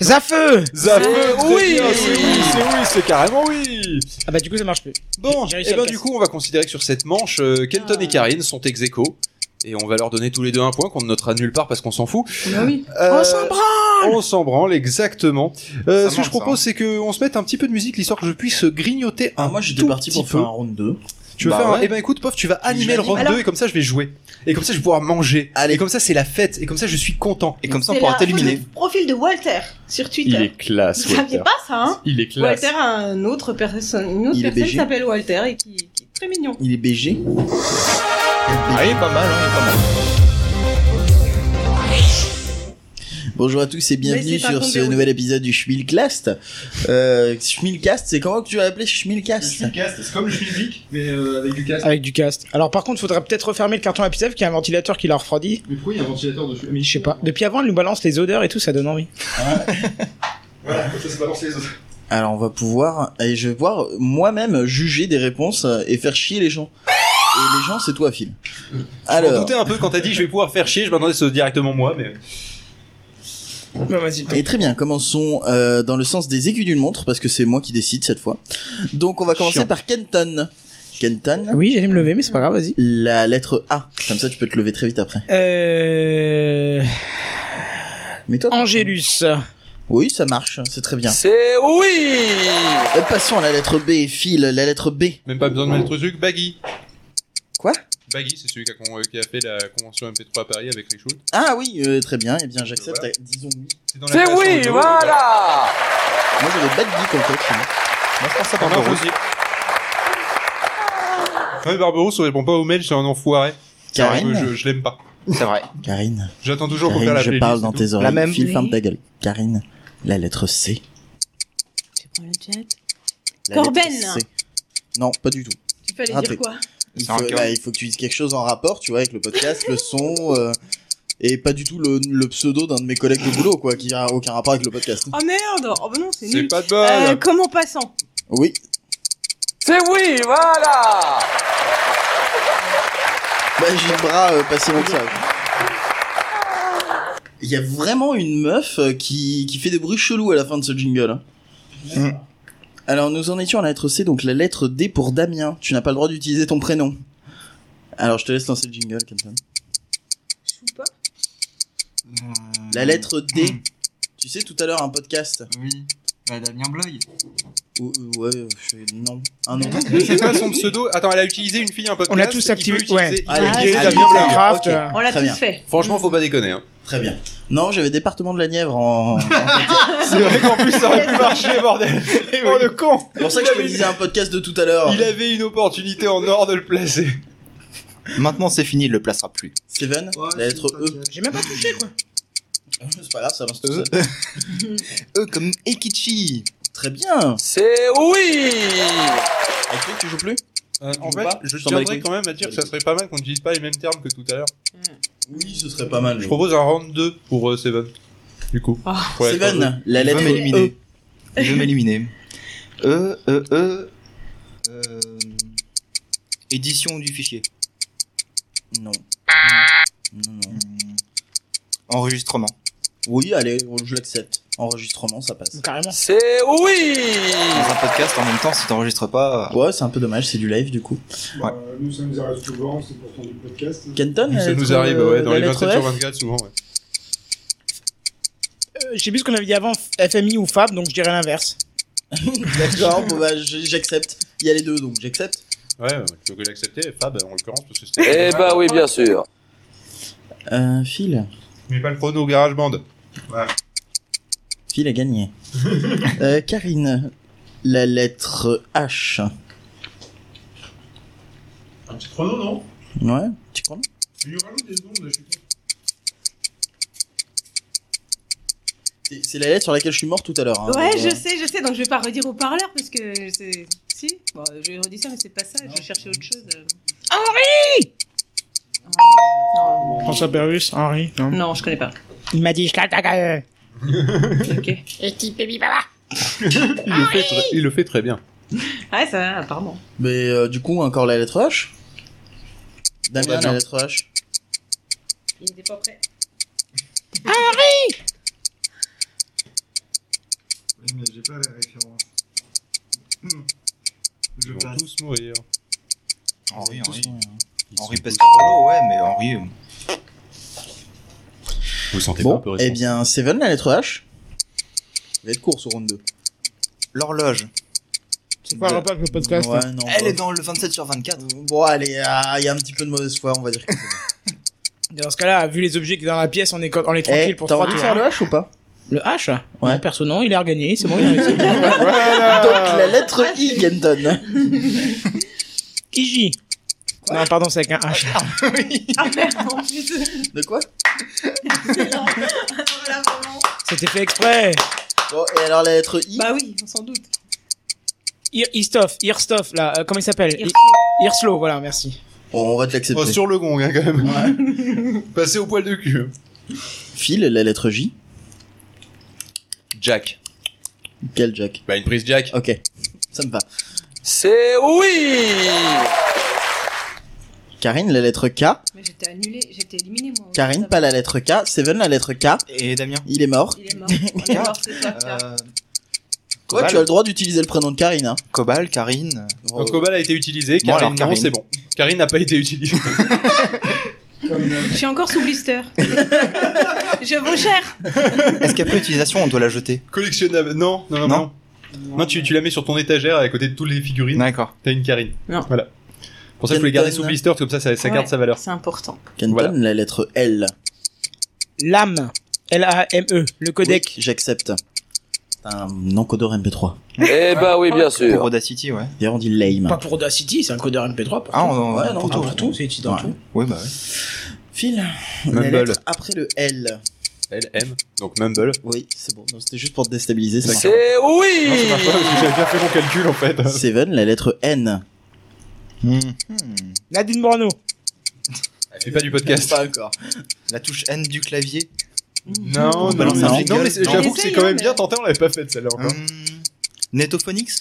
S2: Zafeu
S1: Zafeu,
S7: oui.
S1: oui, c'est oui, c'est oui, c'est carrément oui.
S2: Ah bah du coup ça marche plus.
S1: Bon,
S2: J'ai
S1: et
S2: réussi à
S1: ben
S2: le
S1: du
S2: passer.
S1: coup, on va considérer que sur cette manche, euh, Kenton
S6: Ah.
S1: et Karine sont ex aequo. Et on va leur donner tous les deux un point qu'on ne notera nulle part parce qu'on s'en fout.
S6: Bah oui.
S1: Euh,
S2: On s'en branle
S1: On s'en branle, exactement. Euh,
S5: Ça
S1: ce que
S5: manque,
S1: je propose,
S2: hein.
S1: c'est qu'on se mette un petit peu de musique, l'histoire que je puisse grignoter un
S4: Ah, moi j'étais
S1: tout
S4: parti
S1: petit
S4: pour faire
S1: peu.
S4: un round 2.
S1: Tu veux
S4: Bah
S1: faire un...
S4: ouais.
S1: Eh ben écoute, pof, tu vas animer le
S4: l'anime.
S1: round
S6: Alors-
S1: 2 et comme ça je vais jouer. Et comme ça je vais pouvoir manger.
S4: Allez.
S1: Et comme ça c'est la fête. Et comme ça je suis content.
S5: Et comme ça, on
S6: C'est
S5: pourra
S6: la-
S5: t'éliminer.
S6: le profil de Walter sur Twitter.
S1: classe,
S6: Vous saviez pas ça, hein
S1: Il est
S6: Walter a un autre personne, une autre
S4: Il est
S6: personne qui
S4: BG.
S6: s'appelle Walter et qui, qui est très mignon.
S4: Il est BG.
S5: Ah, il est pas mal, hein, il est pas mal.
S4: Bonjour à tous et bienvenue
S6: Mais c'est pas
S4: sur
S6: tombé
S4: ce
S6: où.
S4: nouvel épisode du Schmilcast. Euh, Schmilcast, c'est comment que tu vas appeler Schmilcast
S3: c'est comme le Schmilblick, mais euh, avec du casque.
S2: Avec du cast. Alors par contre, faudrait peut-être refermer le carton à pizza qui a un ventilateur qui l'a refroidi.
S3: Mais pourquoi il y a un ventilateur dessus
S2: Je sais pas. Depuis avant, elle nous balance les odeurs et tout, ça donne envie.
S3: Voilà, ça se balance les autres.
S4: Alors on va pouvoir, et je vais pouvoir moi-même juger des réponses euh, et faire chier les gens. Et les gens, c'est toi, Phil.
S1: Alors...
S4: Alors,
S1: doutais un peu quand t'as dit je vais pouvoir faire chier, je m'attendais à ce directement moi, mais.
S2: Non, vas-y.
S4: et très bien, commençons euh, dans le sens des aiguilles d'une montre, parce que c'est moi qui décide cette fois. Donc on va commencer
S1: Chiant.
S4: par Kenton. Kenton,
S2: Oui, j'allais me lever, mais c'est pas grave, vas-y.
S4: la lettre A. Comme ça, tu peux te lever très vite après.
S2: Euh...
S4: Mais toi
S2: Angélus.
S4: Oui, ça marche, c'est très bien.
S7: C'est oui
S4: Euh, Passons à la lettre B, Phil, la lettre B.
S1: Même pas besoin de mettre le truc, Baggy.
S4: Quoi
S1: Baggy, c'est celui qui a, con- euh, qui a fait la convention MP3 à Paris avec Richard.
S4: Ah oui, euh, très bien, eh bien j'accepte,
S1: Voilà.
S4: disons oui.
S7: C'est oui, voilà
S4: Moi j'aurais pas de geek en fait. Phil.
S5: Moi, je pense à
S1: Barberousse
S5: Barberousse.
S1: aussi. Ouais, Barberousse, on répond pas aux mails, c'est un enfoiré. Euh,
S4: Karine
S1: Je, je l'aime pas.
S5: C'est vrai.
S4: Karine,
S1: J'attends toujours pour
S4: Karine,
S1: faire la
S4: je
S1: playlist
S4: parle
S1: et
S4: dans
S1: tout.
S4: tes oreilles.
S2: La même.
S4: Phil,
S6: Oui.
S4: ferme ta gueule. Karine, la lettre C.
S6: Tu prends le jet.
S4: La lettre
S6: Corben.
S4: C. Non, pas du tout.
S6: Tu peux aller
S4: Ah, t'es-
S6: dire quoi
S4: Il
S5: C'est
S4: faut,
S5: un cœur.
S4: bah, il faut que tu dises quelque chose en rapport, tu vois, avec le podcast, le son, euh, et pas du tout le, le pseudo d'un de mes collègues de boulot, quoi, qui a aucun rapport avec le podcast.
S6: Oh merde Oh bah non, c'est
S1: C'est
S6: nul.
S1: pas de
S6: Euh,
S1: bol.
S6: comment passant
S4: Oui,
S7: C'est oui, voilà
S4: bah, j'ai le bras euh, passé mon ça. Il y a vraiment une meuf euh, qui, qui fait des bruits chelous à la fin de ce jingle. hein. Alors nous en étions à la lettre C, donc la lettre D pour Damien. Tu n'as pas le droit d'utiliser ton prénom. Alors je te laisse lancer le jingle, Kenton.
S6: Choupa
S3: Euh,
S4: La lettre D. Tu sais, tout à l'heure, un podcast.
S5: Oui. Bah, Damien Bloy.
S4: Ou- ou- ouais, euh, je- non. Un nom.
S1: C'est pas son pseudo. Attends, elle a utilisé une fille un podcast.
S2: On l'a tous
S1: il peut
S2: activé,
S1: utiliser-
S2: ouais.
S1: il
S6: Ah,
S1: peut
S4: Allez,
S1: utiliser
S2: Ah,
S4: allez,
S1: Damien
S4: allez.
S1: Blair.
S2: Craft,
S4: Ok.
S2: euh,
S6: On l'a
S4: Très
S6: tous
S4: bien.
S6: fait.
S1: Ah, Franchement, faut pas déconner. Hein.
S4: Très bien. Non, j'avais département de la Nièvre en.
S1: C'est vrai qu'en plus, ça aurait
S6: (laughs)
S1: pu marcher, bordel. Oh le con.
S4: C'est pour ça que je te disais un podcast de tout à l'heure.
S1: Il avait une opportunité en or de le placer.
S5: Maintenant, c'est fini, il le placera plus.
S4: Steven, la lettre E.
S2: J'ai même pas touché, quoi.
S4: C'est pas grave, ça lance tout
S5: E.
S1: Euh.
S4: seul.
S5: (laughs) E comme Ekichi.
S4: Très bien.
S7: C'est oui
S4: Avec lui, tu joues plus
S1: Euh, en
S4: tu
S1: fait,
S4: veux pas
S1: je
S4: T'en bats
S1: tiendrai
S4: les couilles
S1: quand même à dire que ça serait pas mal qu'on n'utilise pas les mêmes termes que tout à l'heure.
S4: Oui, ce serait pas mal.
S1: Je propose un round 2 pour euh, Seven. Du coup.
S6: Ah.
S1: Ouais, attends.
S4: Steven, la
S5: Il
S4: lettre
S5: veut
S4: E.
S5: m'éliminer. Il veut m'éliminer. E, E, E. Euh, Édition du fichier.
S4: Non. Non, non.
S5: Hmm. Enregistrement.
S4: Oui, allez, je l'accepte. Enregistrement, ça passe.
S2: Carrément.
S7: C'est oui
S5: Dans un podcast, en même temps, si t'enregistres pas. euh,
S4: Ouais, c'est un peu dommage, c'est du live du coup.
S3: Euh, Nous, ça nous arrive souvent, c'est pourtant du podcast.
S4: Kenton, la
S1: Ça
S4: lettre,
S1: nous arrive,
S4: euh,
S1: ouais, dans
S4: la
S1: les
S4: lettre
S1: 27 sur
S4: F
S1: 24 souvent. Ouais.
S2: Euh, je sais plus ce qu'on avait dit avant, FMI ou Fab, donc je dirais l'inverse.
S4: D'accord, bon, bah, j- j'accepte. Il y a les deux, donc j'accepte.
S1: Ouais, euh, tu veux que l'accepter, Fab, en l'occurrence, parce que c'était.
S7: Eh ben oui, bien sûr.
S4: Euh, Phil.
S1: Mais pas le chrono GarageBand.
S4: Phil a (laughs) gagné. Euh, Karine, la lettre H.
S3: Un petit chrono, non
S4: Ouais, tu crois
S3: Tu lui rajoutes des secondes, je suis con.
S4: C'est c'est la lettre sur laquelle je suis mort tout à l'heure. hein.
S6: Ouais,
S4: Donc,
S6: je
S4: euh,
S6: sais, je sais. Donc je vais pas redire au parleur parce que c'est. Si Bon, je redis ça, mais c'est pas ça. Je cherchais autre chose. euh. Henri
S2: François Perrus, Henri, non.
S6: Non, je connais pas.
S2: Il m'a dit, je claque ta
S4: (laughs)
S2: gueule.
S6: Ok.
S1: Il
S6: Ah
S1: le, fait très, il le fait très bien.
S6: Ouais, ça va, apparemment.
S4: Mais euh, du coup, encore la lettre H
S1: Bon,
S4: Damien,
S1: Damien.
S4: la lettre H.
S6: Il était pas prêt.
S3: Oui, mais j'ai pas la référence. Hmm.
S1: Ils vont tous mourir.
S5: Henri, Henri.
S1: Ils
S5: Henri
S1: sont-
S5: Pescarolo, ouais, mais Henri. euh,
S1: Vous sentez pas un
S4: Bon,
S1: peu
S4: eh
S1: responsable
S4: bien, Seven, la lettre H. Il va être court ce round 2.
S5: L'horloge.
S2: C'est quoi le rapport avec le podcast hein
S4: Ouais, non.
S5: Elle
S4: bah,
S5: est dans le 27 sur 24.
S4: Bon, allez, ah, il y a un petit peu de mauvaise foi, on va dire. que c'est bon.
S2: Dans ce cas-là, vu les objets qui sont dans la pièce, on est, co- on est tranquille
S4: Eh,
S2: pour
S4: t'as
S2: trois
S4: envie de
S2: tours.
S4: faire le H ou pas
S2: Le H là
S4: Ouais.
S2: Ouais, perso, non, il a regagné, c'est bon, il a
S4: (laughs)
S2: réussi.
S4: Donc, la lettre I, Kenton.
S2: Iji. Non, pardon, c'est avec un H.
S6: Ah merde, en (laughs) plus.
S4: De quoi
S6: Non, voilà, vraiment.
S2: C'était fait exprès.
S4: Bon, et alors la lettre I
S6: Bah oui, on s'en doute.
S2: Ir- Istoff, Irstoff, là, euh, comment il s'appelle
S6: Il
S2: I- Irslo, voilà, merci.
S4: On va te l'accepter.
S1: Oh, sur le gong, hein, quand même. (laughs) Passer au poil de cul.
S4: Phil, la lettre J.
S1: Jack.
S4: Quel Jack
S1: Bah, une prise Jack.
S4: Ok, ça me va.
S7: C'est oui
S4: Karine, la lettre K.
S6: Mais j'étais annulée, j'étais éliminée moi.
S4: Karine,
S6: Ça va.
S4: pas la lettre K. Seven, la lettre K.
S5: Et Damien.
S4: Il est mort.
S6: Il est mort. On est mort, c'est toi. Pierre.
S5: Euh,
S4: Toi,
S5: Cobal.
S4: tu as le droit d'utiliser le prénom de Karine. Hein.
S5: Cobal, Karine.
S1: Donc, Cobal a été utilisé. Karine,
S5: alors,
S1: non,
S5: Karine.
S1: c'est bon. Karine n'a pas été utilisée.
S6: Je suis encore sous blister. (laughs) je vous cher.
S5: Est-ce qu'après utilisation, on doit la jeter
S1: (laughs) Collectionnable. Non, non, non.
S5: Non.
S1: Non, Non, tu, tu la mets sur ton étagère à côté de toutes les figurines.
S5: D'accord.
S1: T'as une Karine.
S6: Non.
S1: Voilà. Pour ça, il faut les garder sous
S4: Kenton.
S1: blister, comme ça, ça, ça garde
S6: Ouais.
S1: sa valeur.
S6: C'est important.
S4: Kenton,
S1: Voilà.
S4: la lettre L.
S2: Lame. L-A-M-E, E, le codec.
S4: Oui, J'accepte. C'est Un encodeur MP3.
S7: Eh ben oui, bien
S5: Pour
S7: sûr.
S5: Audacity, ouais.
S4: D'ailleurs, on dit lame.
S2: Pas pour Audacity, c'est un codeur MP3. Pour tout.
S5: Ah, on- on-
S2: ouais, non,
S5: pour
S2: pour
S5: tout,
S2: tout,
S5: pour
S2: c'est utile dans
S4: Ouais.
S2: tout.
S5: Oui, bah ouais.
S4: Phil,
S1: Mumble.
S4: la lettre après le L.
S1: Elle aime. Donc, Mumble.
S4: Oui, c'est bon. Non, C'était juste pour te déstabiliser. ça. (laughs)
S7: C'est
S1: Non, c'est
S7: oui
S1: pas vrai, parce que j'avais bien fait mon calcul, en fait.
S4: Seven, la lettre N.
S5: Hmm.
S2: Nadine Morano.
S1: Elle fait pas du podcast.
S4: Pas encore.
S5: La touche N du clavier.
S1: Non,
S5: On
S1: non,
S5: balance un
S1: non,
S5: jingle.
S1: non, mais c'est-
S5: Non.
S1: j'avoue que c'est
S6: Essaye,
S1: quand
S6: hein,
S1: même
S6: mais-
S1: bien tenté, on l'avait pas fait celle-là encore.
S5: Hum, Netophonics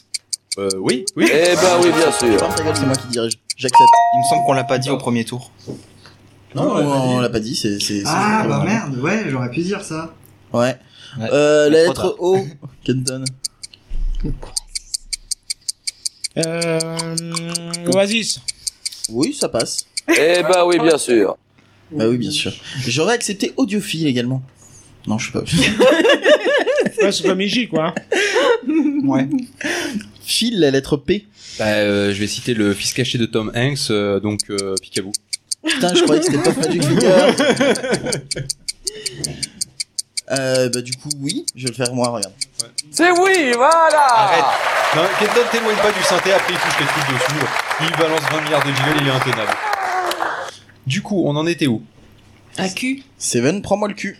S1: Euh, oui, oui.
S7: Eh ben oui, bien sûr.
S4: Ferme ta gueule, c'est moi qui dirige. J'accepte.
S5: Il me semble qu'on l'a pas dit au premier tour.
S4: Non, on l'a pas dit, c'est. c'est-
S8: Ah
S4: c'est-
S8: bah merde, ouais, j'aurais pu dire ça.
S4: Ouais.
S5: Ouais.
S4: Euh, la
S5: Mais trop
S4: lettre O. Kenton.
S2: Euh, Oasis.
S4: Oui, ça passe.
S7: Eh ben oui, bien sûr.
S4: Bah oui, bien sûr. J'aurais accepté audiophile également. Non, je sais pas. (laughs)
S2: Ouais, c'est pas Miji, quoi. hein.
S5: Ouais. (laughs)
S4: Phil, la lettre P.
S1: Bah, euh, je vais citer le fils caché de Tom Hanks, euh, donc euh, Picaboo.
S4: Putain, je croyais que c'était Top Magic Finger. Euh, bah du coup, oui, je vais le faire moi, regarde.
S7: C'est oui, voilà
S1: Arrête. Non, Kenton t'éloigne pas du synthé, après il touche les trucs dessous. Il balance 20 milliards de jingles, il est intenable. Du coup, on en était où
S6: Un cul.
S4: Seven, prends-moi le cul.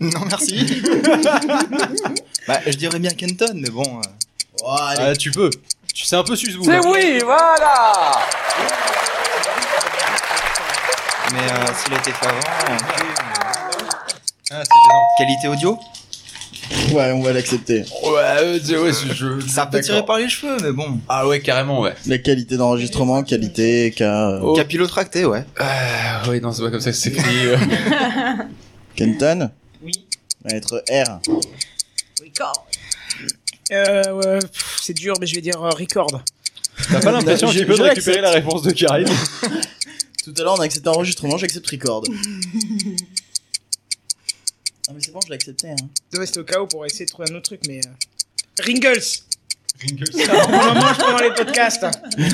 S5: Non, merci. (laughs) bah, je dirais bien Kenton, mais bon. euh,
S4: Oh, allez.
S1: Ah, tu peux. Tu sais un peu susbou.
S7: C'est oui, voilà
S5: Mais euh, s'il était fait avant. euh,
S1: Ah, c'est gênant.
S5: Qualité audio
S4: Ouais, on va l'accepter.
S1: Ouais, euh, c'est- ouais, c'est- je-
S5: Ça peut tirer par les cheveux, mais bon.
S1: Ah ouais, carrément, ouais.
S4: La qualité d'enregistrement, qualité, K. euh,
S1: Oh.
S5: Capillotracté, ouais.
S1: Ah, ouais, non, c'est pas comme ça que c'est pris. euh. (laughs)
S4: Kenton.
S2: Oui.
S4: La lettre R.
S6: Record.
S2: Euh, ouais, pff, c'est dur, mais je vais dire euh, record.
S1: T'as pas l'impression que
S4: Je-
S1: tu peux
S4: je
S1: récupérer
S4: l'accepte.
S1: la réponse de Karine
S4: Tout à l'heure, on a accepté enregistrement, j'accepte
S2: (laughs)
S4: record. Ah, mais c'est bon, je l'ai accepté, hein.
S2: Je rester au chaos pour essayer de trouver un autre truc, mais. euh, Ringles.
S1: Ringles.
S2: On en mange pendant les podcasts.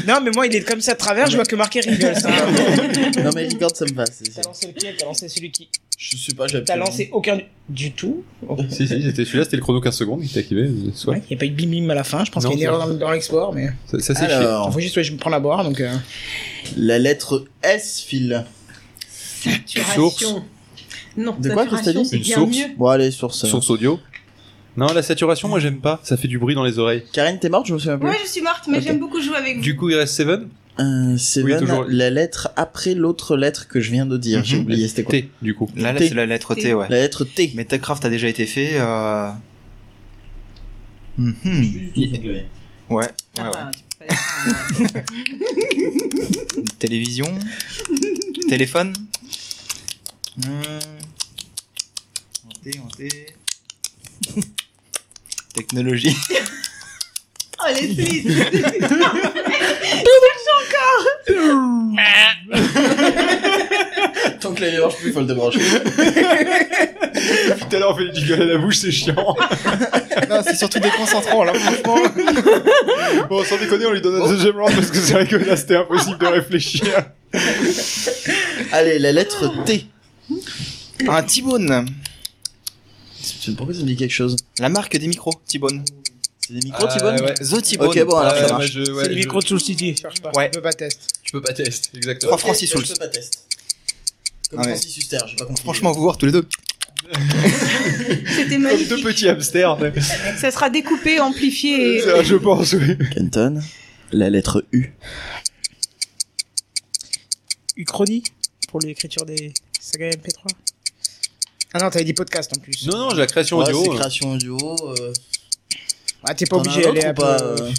S2: Non, mais moi, il est comme ça de travers, je vois que marqué Ringles. hein.
S4: non, mais record, ça me passe. c'est-
S2: T'as lancé lequel T'as lancé celui qui
S4: Je sais pas, j'ai
S2: T'as
S4: absolument-
S2: lancé aucun du- du tout.
S1: (laughs) Si, si, c'était celui-là, c'était le chrono 15 secondes, il t'a activé, euh, soit.
S2: Ouais, il n'y a pas eu de bimim à la fin. Je pense
S1: Non,
S2: qu'il y a une
S1: ça-
S2: erreur dans, dans l'export, mais.
S1: Ça, ça, c'est chiant.
S4: Alors,
S2: Faut juste, ouais, je me prends la boire, donc. euh,
S4: la lettre S, Phil.
S6: Saturation. Non,
S4: De quoi,
S6: saturation,
S4: Christelle
S6: c'est
S1: Une
S6: bien
S1: source.
S6: mieux.
S4: Bon, allez, sur ce.
S1: Source audio. Non, la saturation, moi j'aime pas, ça fait du bruit dans les oreilles.
S4: Karine, t'es morte, je me souviens plus.
S6: Moi, je suis morte, mais
S4: Ok.
S6: j'aime beaucoup jouer avec vous.
S1: Du coup, il reste 7
S4: Euh, Seven,
S1: Oui, toujours.
S4: la lettre après l'autre lettre que je viens de dire. J'ai
S5: Mhm.
S4: oublié, c'était quoi
S1: T, du coup.
S5: Là, là,
S4: T.
S5: c'est la lettre T,
S6: T.
S5: ouais.
S4: La lettre T.
S5: Mais Techcraft a déjà été fait. Euh... Mhm. Ouais. ouais,
S6: Ah,
S5: ouais.
S6: bah, tu peux pas dire ça,
S5: Télévision. Téléphone. Hmm. En T, en T. (laughs) Technologie.
S6: hein. Oh, les Suisses.
S4: (laughs) Tant que la marche plus, faut le débrancher.
S1: Tout à l'heure, on fait du gueule à la bouche, c'est (laughs) chiant.
S5: non, c'est surtout déconcentrant,
S1: (laughs)
S5: là, franchement.
S1: Bon, sans déconner, on lui donne un deuxième round parce que c'est vrai que là, c'était impossible de (laughs) réfléchir.
S4: Allez, la lettre T.
S5: Un Ah, T-Bone.
S4: C'est- Pourquoi ça me dit quelque chose
S5: La marque des micros, T-Bone.
S4: C'est des micros, T-Bone
S1: ouais.
S5: The T-Bone.
S4: Ok, bon, alors, ça
S1: Ouais,
S4: marche.
S1: bah, je- ouais,
S2: c'est le
S1: je-
S2: micro de Soul City. Cherche pas.
S5: Ouais.
S2: Je peux pas tester.
S1: Tu peux pas tester, exactement.
S5: 3 francs 6 sous
S4: Je peux pas tester. Comme
S5: Ah ouais.
S4: Francis Huster, j'ai pas compris.
S5: Franchement, vous voir tous les deux.
S6: C'était
S1: Comme deux
S6: magnifique.
S1: petits hamsters.
S6: Ça sera découpé, amplifié. et-
S1: Ah, je pense, oui.
S4: Kenton, la lettre U.
S2: Uchronie pour l'écriture des sagas MP3. Ah non, t'avais dit podcast en plus.
S1: Non, non, j'ai la création
S4: Ouais, c'est
S1: audio.
S4: création audio. Euh,
S2: Ah, t'es pas
S4: t'en as
S2: obligé
S4: un
S2: d'aller
S4: autre
S2: à
S4: ou pas euh,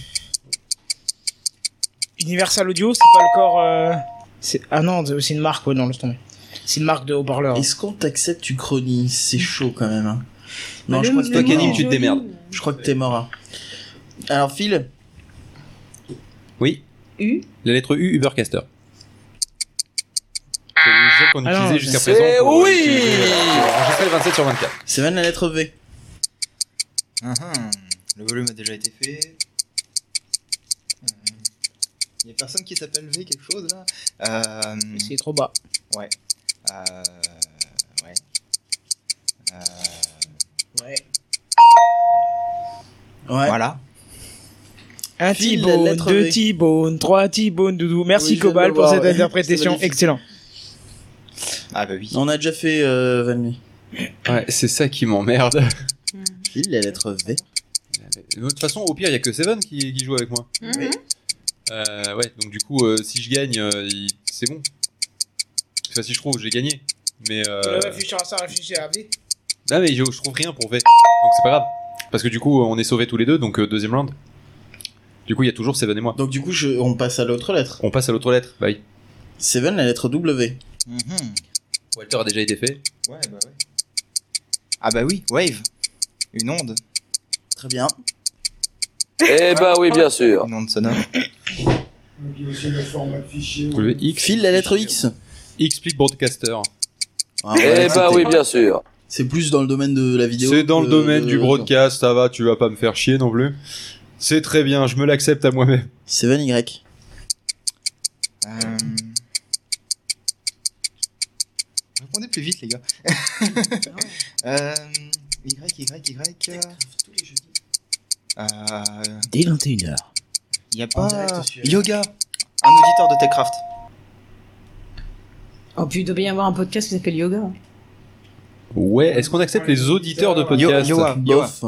S2: Universal Audio, c'est pas le corps. euh, c'est- Ah non, c'est une marque, ouais, non, laisse tomber. C'est une marque de haut-parleur.
S4: Est-ce qu'on t'accepte Uchronie C'est chaud quand même. hein. Non, je
S6: Le-
S4: crois que
S6: le
S4: t'es
S6: mot
S1: Kenny,
S6: est
S4: mort.
S1: tu te
S6: joli.
S1: démerdes.
S4: Je crois que t'es mort. hein. Alors Phil,
S1: Oui,
S6: U.
S1: la lettre U, Ubercaster. C'est le logiciel qu'on
S2: Ah non,
S1: utilisait jusqu'à
S7: c'est
S1: présent. pour, euh,
S7: oui.
S1: utiliser- pour Enregistrer le 27 sur 24.
S4: c'est même la lettre V.
S5: Uhum. Le volume a déjà été fait. Il y a personne qui s'appelle V quelque chose là Euh,
S2: C'est trop bas.
S5: euh, Ouais. Euh,
S2: Ouais.
S4: Ouais.
S5: Voilà.
S2: Un
S4: File la
S2: T-bone,
S4: lettre
S2: deux
S4: V.
S2: T-bone, trois T-bone, doudou.
S4: Oui, je
S2: Merci
S4: viens de
S2: Cobal
S4: le
S2: pour
S4: voir,
S2: cette
S4: ouais.
S2: interprétation.
S4: (laughs) C'est magnifique.
S2: Excellent.
S5: Ah bah oui.
S4: On a déjà fait euh, Valmy.
S1: Ouais, c'est ça qui m'emmerde.
S4: Phil, la lettre V.
S1: De toute façon, au pire, il y a que Seven qui, qui joue avec moi.
S6: Mhm.
S1: Euh, ouais, donc du coup, euh, si je gagne, euh, il- c'est bon. sais pas si je trouve, j'ai gagné. Mais euh...
S2: Euh... Réfléchir à ça, réfléchir à V.
S1: Ah mais je, je trouve rien pour V. Donc c'est pas grave. Parce que du coup, on est sauvés tous les deux, donc euh, deuxième round. Du coup, il y a toujours Seven et moi.
S4: Donc du coup, je- on passe à l'autre lettre.
S1: On passe à l'autre lettre. Bye.
S4: Seven, la lettre W.
S5: Mhm.
S1: Walter a déjà été fait.
S5: Ouais, bah ouais. Ah bah oui, wave. Une onde.
S4: Très bien.
S7: Eh bah oui, bien sûr.
S5: Une onde sonore.
S3: Et puis aussi le format de fichier.
S1: Vous levez X.
S4: File la lettre X.
S1: Explique broadcaster.
S4: Ah,
S7: Eh
S4: ouais,
S7: bah
S4: c'était-
S7: oui, bien sûr.
S4: C'est plus dans le domaine de la vidéo.
S1: C'est dans le
S4: que-
S1: domaine du broadcast, ça va, tu vas pas me faire chier non plus. C'est très bien, je me l'accepte à moi-même.
S4: Seven Y.
S5: Euh... Répondez plus vite, les gars. euh... Y, Y, Y. euh, Euh...
S2: Dès 21h.
S5: Y a
S4: En
S5: pas.
S4: direct sur-
S5: Yoga Un auditeur de TechCraft.
S6: Oh, puis il doit bien y avoir un podcast qui s'appelle Yoga. hein.
S1: Ouais, est-ce qu'on accepte les auditeurs de podcast
S5: Yo- Yoa.
S4: Bof.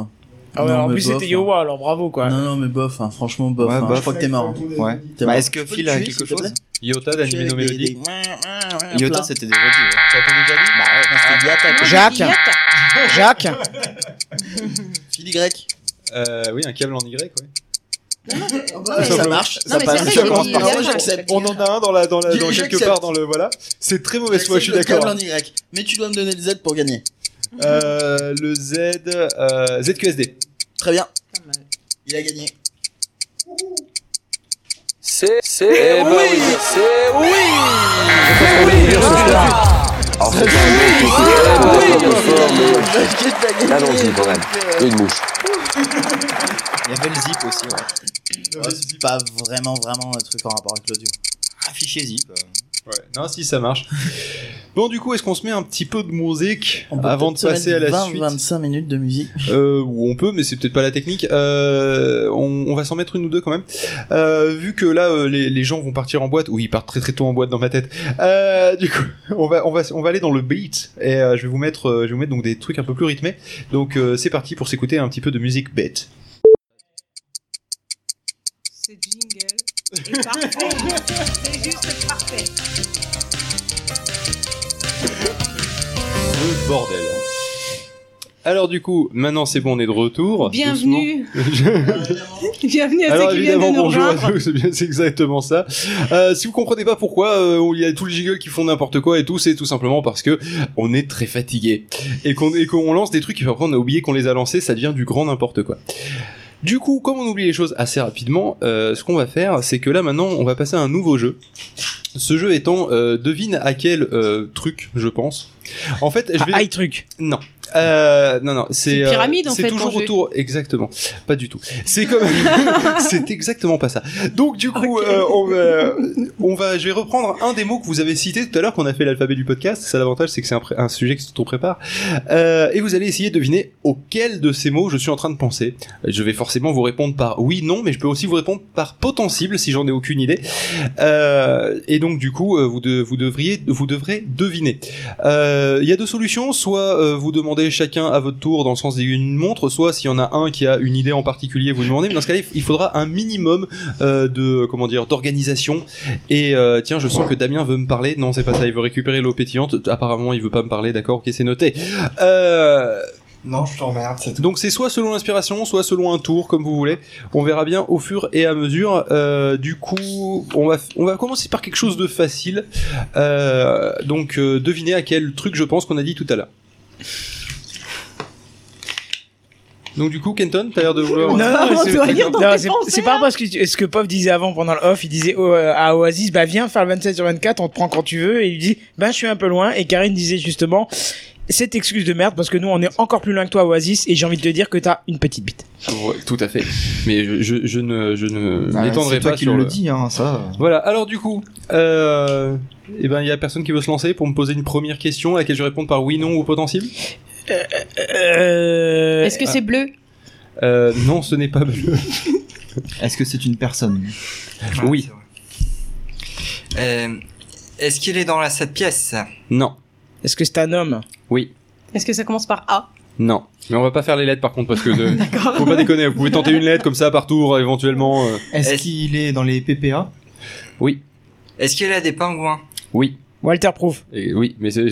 S2: Ah ouais,
S4: Non,
S2: en
S4: mais
S2: plus
S4: bof,
S2: c'était
S4: hein.
S2: Yowa, alors bravo quoi.
S4: Non, non, mais bof, hein, franchement, bof.
S5: Ouais,
S4: hein,
S5: bof.
S4: Je crois que t'es marrant.
S5: Ouais.
S4: T'es
S5: Bah,
S4: marrant.
S5: est-ce que
S4: Tu peux
S5: Phil
S4: le
S5: a
S4: tuer,
S5: quelque
S4: s'il te
S5: chose
S4: plaît
S1: Iota
S4: Tu
S1: d'Animino
S4: peux le tuer
S1: Melody.
S4: avec des-
S5: Yota,
S4: Plein.
S5: c'était déjà dit. Ouais. Ça a été déjà dit Bah ouais.
S4: Ah, c'était Yata, quoi.
S2: Jacques. Jacques
S4: Phil Y.
S1: Euh, oui, un câble en Y, ouais.
S4: Ah, Ça marche.
S6: Non,
S4: Ça
S6: mais
S4: passe.
S6: c'est vrai,
S4: Ça
S6: il
S4: commence
S6: y a-
S4: par
S6: il y a-
S4: moi, j'accepte.
S1: On en a un dans la, dans la, dans
S4: J'accepte.
S1: quelque part dans le, voilà. C'est très mauvaise foi, je suis
S4: J'accepte le
S1: d'accord.
S4: câble en Y. Mais tu dois me donner le Z pour gagner.
S1: Euh, le Z, euh, ZQSD.
S4: Très bien.
S6: Pas mal.
S4: Il a gagné.
S7: C'est, c'est, eh bah oui, c'est oui. Eh Alors c'est pas un peu fort, mais ben, allons-y quand même. Une mouche.
S5: Il y avait le zip aussi, ouais.
S4: Ouais, C'est pas vraiment, vraiment un truc en rapport avec l'audio.
S5: Ah, fichier zip. euh.
S1: Ouais, non, si, ça marche. Bon, du coup, est-ce qu'on se met un petit peu de musique
S4: On peut
S1: avant de
S4: peut-être se
S1: passer à
S4: mettre
S1: la
S4: 20,
S1: suite
S4: 25 minutes de musique.
S1: euh, ou on peut, mais c'est peut-être pas la technique. Euh, on, on va s'en mettre une ou deux quand même. Euh, vu que là, euh, les, les gens vont partir en boîte, oui, ils partent très très tôt en boîte dans ma tête. Euh, du coup, (laughs) on va on va on va aller dans le beat et euh, je vais vous mettre euh, je vais vous mettre donc des trucs un peu plus rythmés. Donc euh, c'est parti pour s'écouter un petit peu de musique bête.
S6: Ce jingle est parfait. C'est juste parfait.
S1: Le bordel. Alors du coup, maintenant c'est bon, on est de retour.
S6: Bienvenue.
S1: Doucement.
S6: (laughs) Bienvenue à
S1: Alors
S6: ceux qui viennent de
S1: évidemment,
S6: nous
S1: bonjour à (laughs)
S6: rejoindre.
S1: tous, c'est bien- c'est exactement ça. Euh, si vous comprenez pas pourquoi euh, il y a tous les gigoles qui font n'importe quoi et tout, c'est tout simplement parce que on est très fatigué et qu'on et qu'on lance des trucs et puis après on a oublié qu'on les a lancés, ça devient du grand n'importe quoi. Du coup, comme on oublie les choses assez rapidement, euh, ce qu'on va faire, c'est que là maintenant, on va passer à un nouveau jeu. Ce jeu étant, euh, devine à quel euh, truc, je pense. En fait, je vais.
S5: Ah,
S2: Aïe truc.
S1: Non. Euh, non, non, c'est
S6: C'est une pyramide, en
S1: c'est
S6: fait,
S1: toujours
S6: ton jeu.
S1: autour, exactement. Pas du tout. C'est comme,
S6: (laughs)
S1: c'est exactement pas ça. Donc du coup, euh, on va, on va, je vais reprendre un des mots que vous avez cité tout à l'heure qu'on a fait l'alphabet du podcast. Ça l'avantage, c'est que c'est un, pré- un sujet que on prépare. Euh, et vous allez essayer de deviner auquel de ces mots je suis en train de penser. Je vais forcément vous répondre par oui, non, mais je peux aussi vous répondre par potentiel si j'en ai aucune idée. Euh, et donc du coup, euh, vous, de- vous devriez, vous devrez deviner. Euh, Il y a deux solutions, soit euh, vous demandez chacun à votre tour dans le sens d'une montre, soit s'il y en a un qui a une idée en particulier, vous demandez. Mais dans ce cas-là, il f- il faudra un minimum euh, de comment dire d'organisation. Et euh, tiens, je sens que Damien veut me parler. Non, c'est pas ça. Il veut récupérer l'eau pétillante. Apparemment, il veut pas me parler. D'accord, ok, c'est noté. Euh,
S8: Non, je t'emmerde, c'est tout.
S1: donc c'est soit selon l'inspiration, soit selon un tour, comme vous voulez. On verra bien au fur et à mesure. Euh, du coup, on va on va commencer par quelque chose de facile. Euh, donc euh, devinez à quel truc je pense qu'on a dit tout à l'heure. Donc du coup, Kenton, t'as l'air de vouloir. (laughs)
S6: on
S2: c'est-
S6: doit lire dans tes
S2: c'est-
S6: pensées,
S2: c'est pas parce que ce que Pov disait avant pendant le off, il disait au- euh, à Oasis, bah viens faire le 27 sur 24, on te prend quand tu veux, et il dit, bah je suis un peu loin, et Karine disait justement, cette excuse de merde, parce que nous on est encore plus loin que toi Oasis, et j'ai envie de te dire que t'as une petite bite.
S1: Ouais, tout à fait. Mais je, je, je ne je ne
S5: Ah,
S1: m'étendrai
S5: c'est toi
S1: pas
S5: qui
S1: sur
S5: le
S1: le.
S5: dit, hein, ça.
S1: Voilà. Alors du coup, euh, eh ben il y a personne qui veut se lancer pour me poser une première question à laquelle je réponds par oui, non ou potentiel.
S2: Euh...
S6: Est-ce que c'est bleu
S1: Euh, non, ce n'est pas bleu.
S5: Est-ce que c'est une personne
S1: Oui.
S9: Euh, Est-ce qu'il est dans la, cette pièce
S1: Non.
S2: Est-ce que c'est un homme
S1: Oui.
S6: Est-ce que ça commence par A
S1: Non. Mais on va pas faire les lettres par contre parce que euh, (laughs)
S6: D'accord.
S1: faut pas déconner. Vous pouvez tenter une lettre comme ça par tour euh, éventuellement. euh.
S5: Est-ce
S9: Est-ce-
S5: qu'il est dans les PPA
S9: Est-ce qu'il a des pingouins
S1: Oui.
S2: Walter Proof.
S1: Et oui, mais c'est-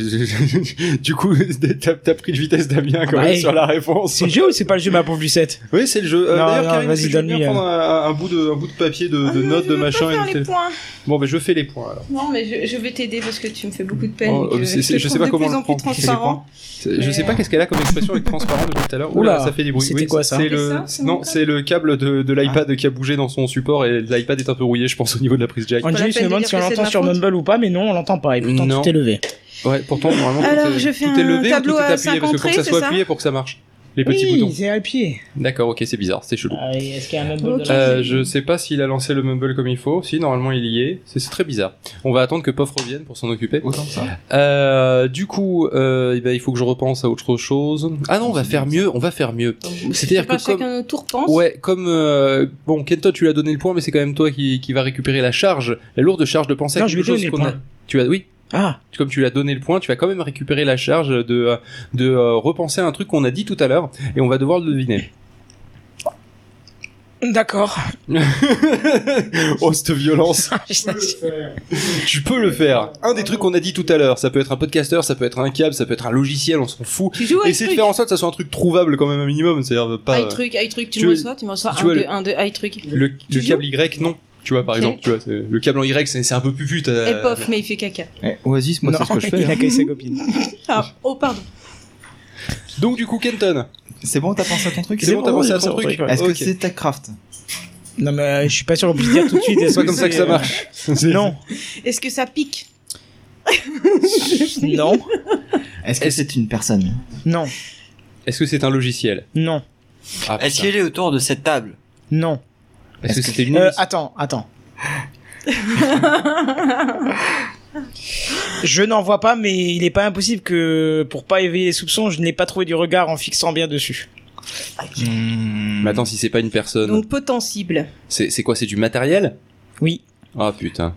S1: du coup, (laughs) t'as t'as pris de vitesse Damien quand
S2: Bah,
S1: même
S2: et-
S1: sur la réponse.
S2: C'est le jeu ou c'est pas le jeu, ma pauvre Lucette
S1: Oui, c'est le jeu. Euh,
S2: Non,
S1: D'ailleurs,
S2: non,
S1: Karine,
S2: vas-y,
S1: si tu veux bien
S2: donne-lui,
S1: prendre un, un bout de, un bout de papier
S6: Ah
S1: de, de notes, de machin. et
S6: faire
S1: de
S6: les
S1: tél-
S6: points.
S1: Bon, ben je fais les points alors.
S6: Non, mais je, je vais t'aider parce que tu me fais beaucoup de peine.
S1: Oh,
S6: et que
S1: c'est-
S6: je
S1: c'est-
S6: te
S1: je sais
S6: trouve
S1: pas
S6: de
S1: comment
S6: plus
S1: le
S6: Euh. en plus
S1: prendre. C'est les
S6: transparent.
S1: C'est- Je sais pas qu'est-ce qu'elle a comme expression avec transparent depuis tout à l'heure. Oula,
S2: Oula,
S1: ça fait des bruits.
S2: c'était
S1: Oui,
S2: quoi, ça Ah.
S1: C'est
S6: C'est
S1: le...
S6: ça, c'est mon
S1: Non, c'est le câble de, de l'iPad qui a bougé dans son support et l'iPad est un peu rouillé, je pense, au niveau de la prise jack.
S2: Angelus
S6: la
S2: se
S6: peine de
S2: demande
S6: dire
S2: si on
S6: que c'est de
S2: l'entend
S6: ma
S2: sur
S6: faute.
S2: Mumble ou pas, mais non, on l'entend pas. Et pourtant,
S1: Non.
S2: tout est levé.
S1: Ouais, pourtant, normalement,
S6: Alors,
S1: tout, est,
S6: je fais
S1: tout est
S6: un
S1: levé ou
S6: tableau
S1: tout est
S6: à
S1: appuyé
S6: cinq
S1: parce que pour que ça
S6: entrées, c'est
S1: soit
S6: ça
S1: appuyé pour que ça marche. Les petits
S2: oui,
S1: boutons.
S2: c'est à pied.
S1: D'accord, ok, c'est bizarre, c'est chelou.
S2: Ah Est-ce qu'il y a un Mumble
S6: Ok.
S2: de la-
S1: Euh, je sais pas s'il a lancé le mumble comme il faut. Si, normalement il y est. C'est c'est très bizarre. On va attendre que Poff revienne pour s'en occuper.
S8: Autant que ça.
S1: Euh, du coup, euh, eh ben, il faut que je repense à autre chose. Ah non, on va faire mieux. On va faire mieux. C'est-à-dire
S6: Enfin,
S1: que comme
S6: chacun notre tour pense.
S1: Ouais, comme euh, bon, Kento, tu lui as donné le point, mais c'est quand même toi qui, qui va récupérer la charge, la lourde charge de penser
S2: Non,
S1: à
S2: je
S1: quelque
S2: lui ai donné
S1: chose
S2: le
S1: qu'on
S2: point.
S1: a. Tu as, oui,
S2: Ah,
S1: comme tu lui as donné le point, tu vas quand même récupérer la charge de euh, de euh, repenser à un truc qu'on a dit tout à l'heure, et on va devoir le deviner.
S2: d'accord.
S1: (laughs)
S2: (laughs)
S1: oh cette violence
S3: Tu peux le faire.
S1: (laughs) Tu peux le faire. Un des trucs qu'on a dit tout à l'heure, ça peut être un podcaster, ça peut être un câble, ça peut être un logiciel, on s'en fout.
S6: Tu joues à
S1: Essaye de
S6: iTruc.
S1: faire en sorte que ça soit un truc trouvable quand même un minimum, c'est-à-dire
S2: Ah,
S1: pas euh,
S6: iTruc, iTruc, tu
S1: Tu-
S6: me reçois, tu me reçois
S1: tu
S6: un,
S1: vois,
S6: deux,
S1: le-
S6: un, deux, iTruc.
S1: le, le
S6: joues
S1: câble Y, non. Tu vois par
S6: Ok.
S1: exemple, tu vois, c'est- le câble en Y, c'est c'est un peu pupu. t'as-
S6: Et pof, mais il fait caca.
S5: Eh, Oasis, moi,
S2: non,
S5: c'est ce que je fais.
S2: il
S5: hein.
S2: accueille sa copine.
S6: Ah, oh, pardon.
S1: Donc du coup, Kenton,
S5: C'est bon, t'as pensé à ton truc
S1: c'est bon, t'as pensé à
S2: c'est
S1: ton
S2: bon,
S1: truc
S2: ouais.
S5: Est-ce que
S1: Ok.
S5: c'est Techcraft
S2: Non, mais euh, je suis pas sûr qu'on puisse dire tout de suite.
S1: C'est pas comme ça que ça marche. C'est-
S2: euh, Non,
S6: Est-ce que ça pique
S2: non,
S5: Est-ce que c'est une personne
S2: non,
S1: Est-ce que c'est un logiciel
S2: non,
S1: Ah,
S9: Est-ce
S1: putain.
S9: qu'il est autour de cette table
S2: non.
S1: Est-ce que c'était une
S2: Euh,
S1: émission
S2: attends, attends. Je n'en vois pas, mais il est pas impossible que, pour pas éveiller les soupçons, je n'ai pas trouvé du regard en fixant bien dessus.
S1: Mais attends, si c'est pas une personne,
S6: Donc, potentible.
S1: c'est c'est quoi C'est du matériel
S2: Oui.
S1: Ah putain.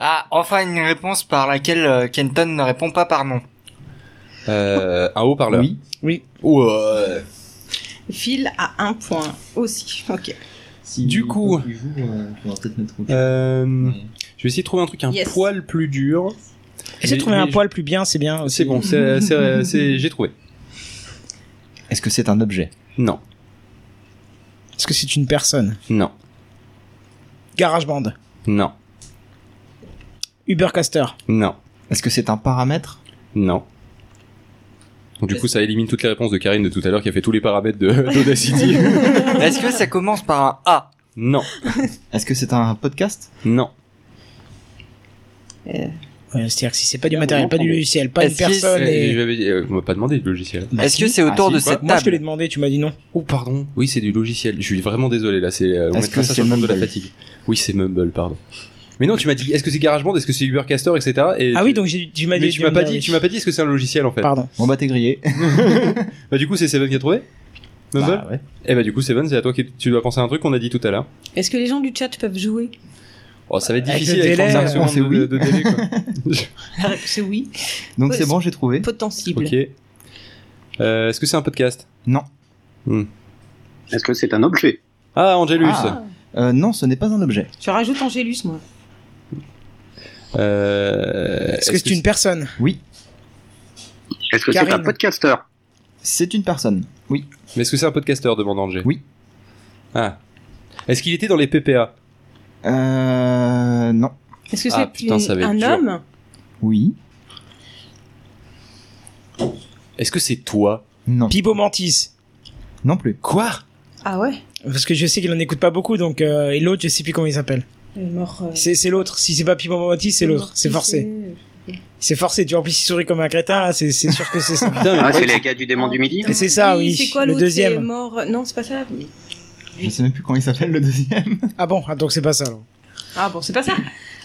S9: Ah, enfin une réponse par laquelle euh, Kenton ne répond pas par non.
S1: Euh, un haut-parleur.
S5: Oui.
S2: Oui.
S8: euh,
S1: Ouais.
S6: Fil à un point aussi. Ok.
S8: Si
S1: Du coup-
S8: Il joue, euh, on va peut-être mettre autre
S1: Euh,
S8: chose.
S1: je vais essayer de trouver un truc un
S6: Yes.
S1: poil plus dur.
S2: Essaye de trouver
S1: Mais-
S2: un
S1: mais-
S2: poil plus bien, c'est bien. aussi.
S1: C'est bon, c'est- c'est- c'est- j'ai trouvé.
S5: Est-ce que c'est un objet
S1: Non,
S2: Parce que c'est une personne.
S1: non,
S2: GarageBand.
S1: non,
S2: Ubercaster.
S1: non,
S5: Est-ce que c'est un paramètre
S1: non. Donc, du coup, ça élimine toutes les réponses de Karine de tout à l'heure qui a fait tous les paramètres de-
S9: (laughs)
S1: (laughs) d'Audacity.
S9: (laughs) Est-ce que ça commence par un A
S1: non,
S5: Est-ce que c'est un podcast
S1: non,
S2: Ouais, C'est-à-dire que si c'est pas du
S1: Ah,
S2: matériel, pas du logiciel, pas une
S9: Est-ce que
S2: personne.
S1: Euh,
S2: et-
S1: je vais- euh, on m'a pas demandé de logiciel.
S9: Est-ce que c'est autour
S5: Ah, si.
S9: de
S5: Bah,
S9: cette
S2: Moi, je te l'ai
S9: table
S2: demandé, tu m'as dit non.
S1: Oh pardon, oui c'est du logiciel, je suis vraiment désolé là, c'est, euh, on
S5: Est-ce
S1: mettra
S5: que
S1: ça
S5: c'est
S1: sur le compte de la
S5: Mumble
S1: fatigue. Oui c'est Mumble, pardon. Mais non tu m'as dit, est-ce que c'est GarageBand, est-ce que c'est Ubercaster, etc. Et
S2: Ah
S1: tu-
S2: oui, donc j'ai- tu m'as dit.
S1: Mais tu m'as pas dit,
S2: oui. Ah.
S1: tu m'as pas Euh, dit est-ce que c'est un logiciel en fait.
S2: Pardon.
S5: Bon bah t'es grillé.
S1: Bah du coup c'est Seven qui a trouvé Mumble
S5: Bah, ouais.
S1: Et bah du coup Seven c'est à toi que tu dois penser à un truc qu'on a dit tout à l'heure.
S6: Est-ce que les gens du chat
S1: (laughs)
S6: peuvent jouer
S1: Oh ça va être
S2: Avec
S1: difficile
S2: le
S1: avec
S2: délai, euh,
S1: 35
S5: on sait
S1: secondes de, de délai
S2: (laughs)
S1: quoi.
S6: La réponse est oui.
S5: Donc
S6: Ouais,
S5: c'est bon, j'ai trouvé.
S6: Potentible.
S1: ok. Euh, est-ce que c'est un podcast
S5: Non.
S1: Hmm.
S10: Est-ce que c'est un objet
S1: Ah Angelus
S5: Ah. Euh, non, ce n'est pas un objet.
S6: Je rajoute Angélus, moi.
S1: Euh,
S2: Est-ce que c'est une personne
S10: Est-ce que c'est un
S2: Karine.
S10: podcaster
S5: C'est une personne. Oui.
S1: Mais est-ce que c'est un podcasteur demande Angé
S5: Oui.
S1: Ah. Est-ce qu'il était dans les PPA
S5: Euh, non.
S6: Est-ce que
S1: Ah,
S6: c'est
S1: putain,
S6: une-
S1: ça va être
S6: un
S1: dur.
S6: homme
S5: Oui.
S1: Est-ce que c'est toi
S5: Non.
S2: Pipo Mantis.
S5: Non plus.
S1: Quoi
S6: Ah ouais
S2: Parce que je sais qu'il en écoute pas beaucoup, donc. euh, et l'autre, je sais plus comment il s'appelle.
S6: Elle est mort, euh,
S2: C'est c'est l'autre. Si c'est pas Pipo Mantis, c'est l'autre. C'est forcé. C'est forcé. Tu vois, en plus, il sourit comme un crétin, là, c'est c'est sûr que c'est ça.
S1: Putain, mais
S10: Ah,
S1: pourquoi
S10: c'est les gars du démon du midi
S2: Et c'est ça, oui,
S6: C'est quoi
S2: le
S6: l'autre
S2: deuxième.
S6: C'est mort. euh, Non, c'est pas ça.
S5: Je sais même plus comment il s'appelle le deuxième.
S2: (laughs) Ah bon Ah, donc c'est pas ça, alors.
S6: Ah bon, c'est pas ça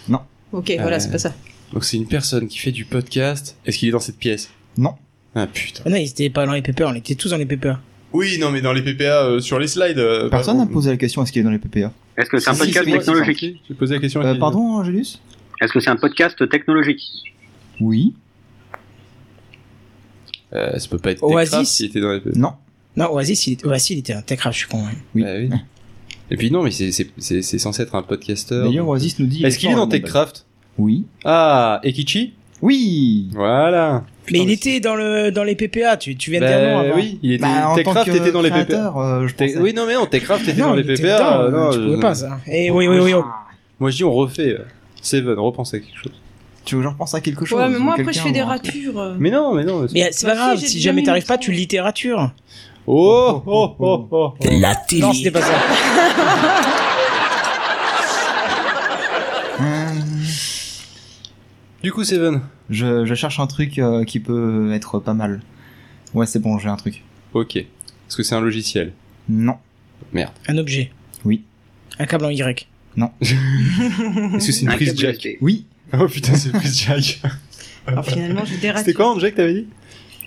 S5: Non.
S6: Ok, voilà,
S1: Euh,
S6: c'est pas ça.
S1: Donc c'est une personne qui fait du podcast. Est-ce qu'il est dans cette pièce
S5: Non.
S1: Ah putain.
S2: Ah non, ils étaient pas dans les pépeurs, on était tous dans les pépeurs.
S1: Oui, non, mais dans les PPA euh, sur les slides. euh,
S5: Personne
S1: bah,
S5: n'a posé la question est-ce qu'il est dans les PPA.
S10: Est-ce que c'est un
S1: Si, si,
S10: podcast
S1: c'est moi,
S10: technologique
S1: c'est moi. J'ai posé la question. à
S5: Euh,
S1: qui
S5: pardon, Angelus
S10: Est-ce que c'est un podcast technologique
S5: Oui.
S1: Euh, Ça peut pas être
S2: Oasis
S1: Techcraft s'il était dans les
S8: Euh,
S1: PPA.
S5: Non.
S2: Non, Oasis, il était, Oasis, il était un tech rap, je suis con. hein. ouais.
S5: Oui.
S8: bah,
S5: (laughs)
S1: Ah, oui. Et puis non, mais c'est- c'est c'est- c'est censé être un podcasteur.
S5: D'ailleurs,
S8: euh,
S1: donc-
S5: Oasis nous dit.
S1: Est-ce qu'il est dans
S5: Techcraft
S1: Techcraft
S5: Oui.
S1: Ah, Ekichi Oui. Voilà.
S2: Mais il était dans le dans les PPA, tu, tu viens de
S1: Bah,
S2: dire non avant.
S1: oui, il était.
S9: Bah, en tant
S1: Techcraft
S9: que
S1: était dans les PPA.
S9: créateur, euh, je
S1: Tech-
S9: pensais.
S1: Oui, non, mais non, Techcraft était
S2: Non,
S1: dans les
S2: il était dedans,
S1: PPA. euh, non,
S2: tu
S1: je-
S2: pouvais pas ça. Et oui, oui, oui. oui.
S1: Moi, je dis, on refait. euh, Seven, repense à quelque chose.
S9: Tu veux que je repense à quelque chose
S6: Ouais, mais
S9: ou
S6: moi après je
S9: quelqu'un,
S6: fais des
S9: moi
S6: ratures. euh.
S1: Mais non, mais non. c'est-
S2: Mais c'est pas
S6: Bah, si,
S2: grave,
S6: j'ai
S2: Ah, si
S6: bien
S2: jamais
S6: mis
S2: t'arrives
S6: le
S2: pas,
S6: temps.
S2: tu littératures.
S1: Oh, oh, oh, oh. oh.
S2: La télé. Non, c'était pas ça.
S1: Du coup, Seven.
S9: Je, je cherche un truc euh, qui peut être pas mal. Ouais, c'est bon, j'ai un truc.
S1: Ok. Est-ce que c'est un logiciel
S9: Non.
S2: Un objet.
S9: Oui.
S2: Un câble en Y.
S1: Est-ce que c'est une
S10: Un
S1: prise
S10: câble
S1: jack
S10: USB.
S1: Oui. Oh putain, c'est une prise (laughs) jack.
S6: Alors, finalement, je
S9: (laughs)
S6: dérature.
S1: C'était quoi, un jack, t'avais dit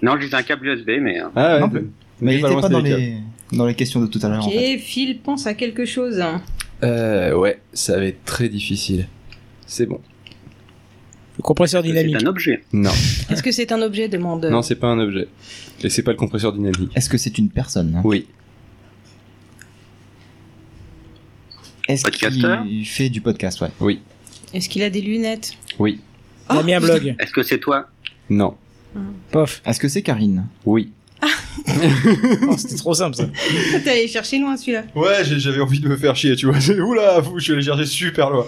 S10: Non, juste un câble USB, mais. euh,
S1: Ah
S9: Non
S1: ouais.
S9: plus.
S1: Mais
S9: Mais il
S1: pas
S9: était
S1: loin,
S9: pas
S1: c'était
S9: dans
S1: les
S9: les, dans les questions de tout à l'heure.
S6: Ok,
S9: en fait.
S6: Phil pense à quelque chose. hein.
S1: Euh, ouais, ça va être très difficile. C'est bon.
S2: Le compresseur
S10: C'est
S2: dynamique.
S10: un objet.
S1: Non,
S6: Est-ce que c'est un objet demande.
S1: non, c'est pas un objet. Et c'est pas le compresseur dynamique.
S9: Est-ce que c'est une personne hein
S1: Oui.
S9: Est-ce
S10: Podcasteur
S9: qu'il fait du podcast Ouais.
S6: Est-ce qu'il a des lunettes (laughs)
S1: Oui.
S2: Il a mis un blog.
S10: Est-ce que c'est toi
S1: Non.
S2: Pof.
S9: Est-ce que c'est Karine
S1: Oui.
S2: Non, Oh, c'était trop simple ça.
S6: T'es allé chercher loin celui-là.
S1: Ouais, j'ai- j'avais envie de me faire chier, tu vois. (laughs) C'est- Oula, fou, je suis allé chercher super loin.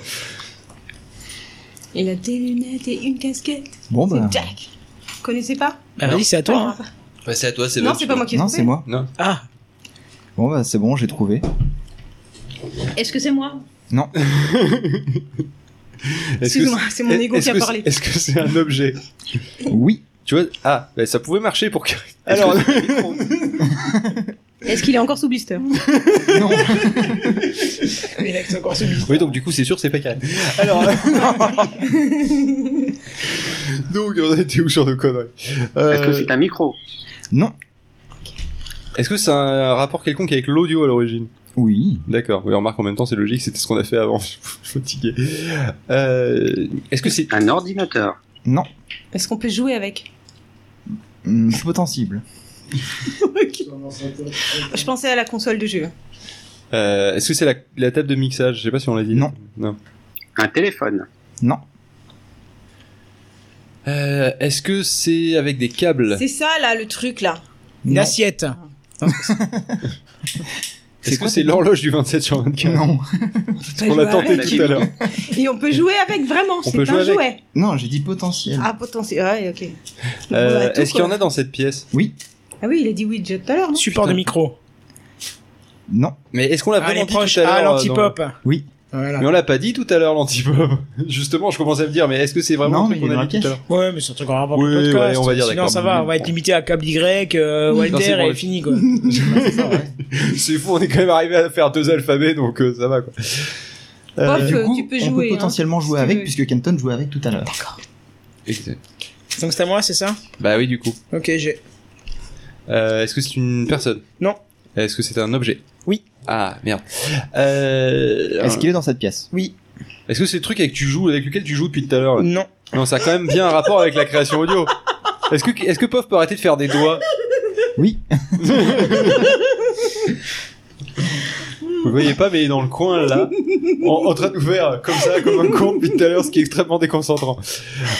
S6: Il a des lunettes et une casquette.
S9: Bon bah.
S6: C'est Jack. Vous Connaissez pas
S2: Bah vas-y, c'est à toi. hein.
S1: Ouais, c'est à toi,
S6: Non, c'est pas moi qui ai
S9: Non,
S6: trouvé.
S9: c'est moi.
S2: Ah,
S9: Bon bah, c'est bon, j'ai trouvé.
S6: Est-ce que c'est moi
S1: Est-ce que
S6: Excuse-moi, c'est mon ego
S1: est-ce
S6: qui a
S1: que
S6: parlé.
S1: c'est- Est-ce que c'est un objet
S9: Oui.
S1: Tu vois Ah, bah, ça pouvait marcher pour Karine.
S10: Est-ce
S1: Alors,
S6: Est-ce qu'il est encore sous blister
S9: Non.
S2: Ah.
S1: oui, donc du coup, c'est sûr, c'est pas Karine. Alors, (laughs) donc on était où sur nos conneries Euh,
S10: Est-ce que c'est un micro
S9: non.
S1: Est-ce que c'est un rapport quelconque avec l'audio à l'origine
S9: Oui.
S1: D'accord. Oui, remarque en même temps, c'est logique, c'était ce qu'on a fait avant. (laughs) Je suis fatigué. Euh, Est-ce que c'est
S10: Un ordinateur
S9: Non.
S6: Est-ce qu'on peut jouer avec (laughs)
S9: Hum, C'est potentiel.
S6: Je pensais à la console de jeu.
S1: euh, est-ce que c'est la, la table de mixage Je sais pas si on l'a dit.
S9: Non.
S1: Non.
S10: Un téléphone
S9: Non.
S1: Euh, est-ce que c'est avec des câbles
S6: C'est ça là, le truc là.
S2: une
S9: Non.
S2: assiette.
S1: Est-ce
S9: quoi
S1: que c'est
S9: tes-
S1: l'horloge du 27 sur 24
S9: Non.
S1: On l'a tenté
S10: avec.
S1: tout à l'heure.
S6: Bah, Et on peut jouer avec vraiment,
S1: peut
S6: c'est
S1: jouer
S6: un
S1: avec.
S6: jouet.
S9: Non, j'ai dit potentiel.
S6: Ah, potentiel. Ouais, ok. On
S1: Euh,
S6: a tout,
S1: est-ce qu'il y en
S6: quoi.
S1: a dans cette pièce
S6: Ah oui, il a dit oui déjà tout à l'heure. non
S2: Support de micro.
S9: Non. (laughs)
S1: Mais est-ce qu'on l'a
S2: Ah,
S1: vraiment
S2: les
S1: dit
S2: proches.
S1: tout à l'heure
S2: Ah,
S1: euh,
S2: l'antipop.
S9: Oui.
S2: Voilà.
S1: dans- Mais on l'a pas dit tout à l'heure l'antipop. (laughs) Justement, je commençais à me dire, mais est-ce que c'est vraiment
S9: Non,
S1: un truc
S9: mais il
S1: qu'on
S9: est
S1: a
S9: dans
S1: dit tout à
S9: la
S1: l'heure
S2: Ouais, mais c'est un truc en rapport
S1: Oui,
S2: avec le podcast.
S1: ouais, on va dire,
S2: Sinon,
S1: d'accord.
S2: ça va, on va être limité à câble Y, euh,
S1: Non, c'est
S2: Walter
S1: bon,
S2: et
S1: ouais.
S2: fini quoi.
S1: C'est fou, on est quand même arrivé à faire deux alphabets, donc euh, ça va quoi.
S5: Bah,
S6: Pof,
S9: Du
S6: euh,
S9: coup,
S6: tu peux
S9: on peut
S6: jouer. hein.
S9: potentiellement jouer
S6: si tu
S9: avec
S6: veux.
S9: puisque Kenton jouait avec tout à l'heure.
S1: Exact.
S2: Donc c'est à moi, c'est ça
S1: Bah oui, du coup.
S2: Ok, j'ai.
S1: Euh, est-ce que c'est une personne
S2: Non.
S1: Est-ce que c'est un objet
S2: Oui.
S1: Ah merde. Euh,
S9: Est-ce qu'il est dans cette pièce
S2: Oui.
S1: est-ce que c'est le truc avec, tu joues, avec lequel tu joues depuis tout à l'heure là
S2: Non.
S1: Non, ça a quand même bien un rapport avec la création audio. Est-ce que, est-ce que Pof peut arrêter de faire des doigts
S9: Oui.
S1: Vous le voyez pas, mais il est dans le coin là, en, en train de nous faire comme ça, comme un con depuis tout à l'heure, ce qui est extrêmement déconcentrant.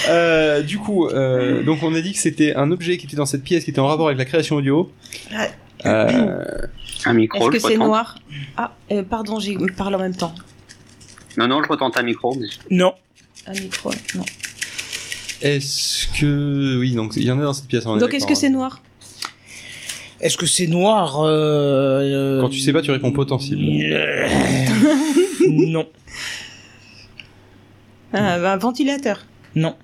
S1: Euh, du coup, euh, donc on a dit que c'était un objet qui était dans cette pièce, qui était en rapport avec la création audio.
S6: Ouais.
S1: Euh,
S10: Un micro
S6: Est-ce
S10: je
S6: que c'est
S10: retente.
S6: noir Ah, euh, pardon, j'ai je parle en même temps.
S10: Non, non, je retente un micro. mais-
S2: Non.
S6: Un micro, non.
S1: est-ce que oui, donc il y en a dans cette pièce. on
S6: Donc est-ce
S1: d'accord,
S6: que
S1: hein.
S6: c'est noir
S2: Est-ce que c'est noir euh, euh,
S1: Quand tu sais pas, tu réponds potentiel.
S2: Euh, (laughs) non.
S1: Mm.
S6: Ah, bah, Un ventilateur.
S2: Non.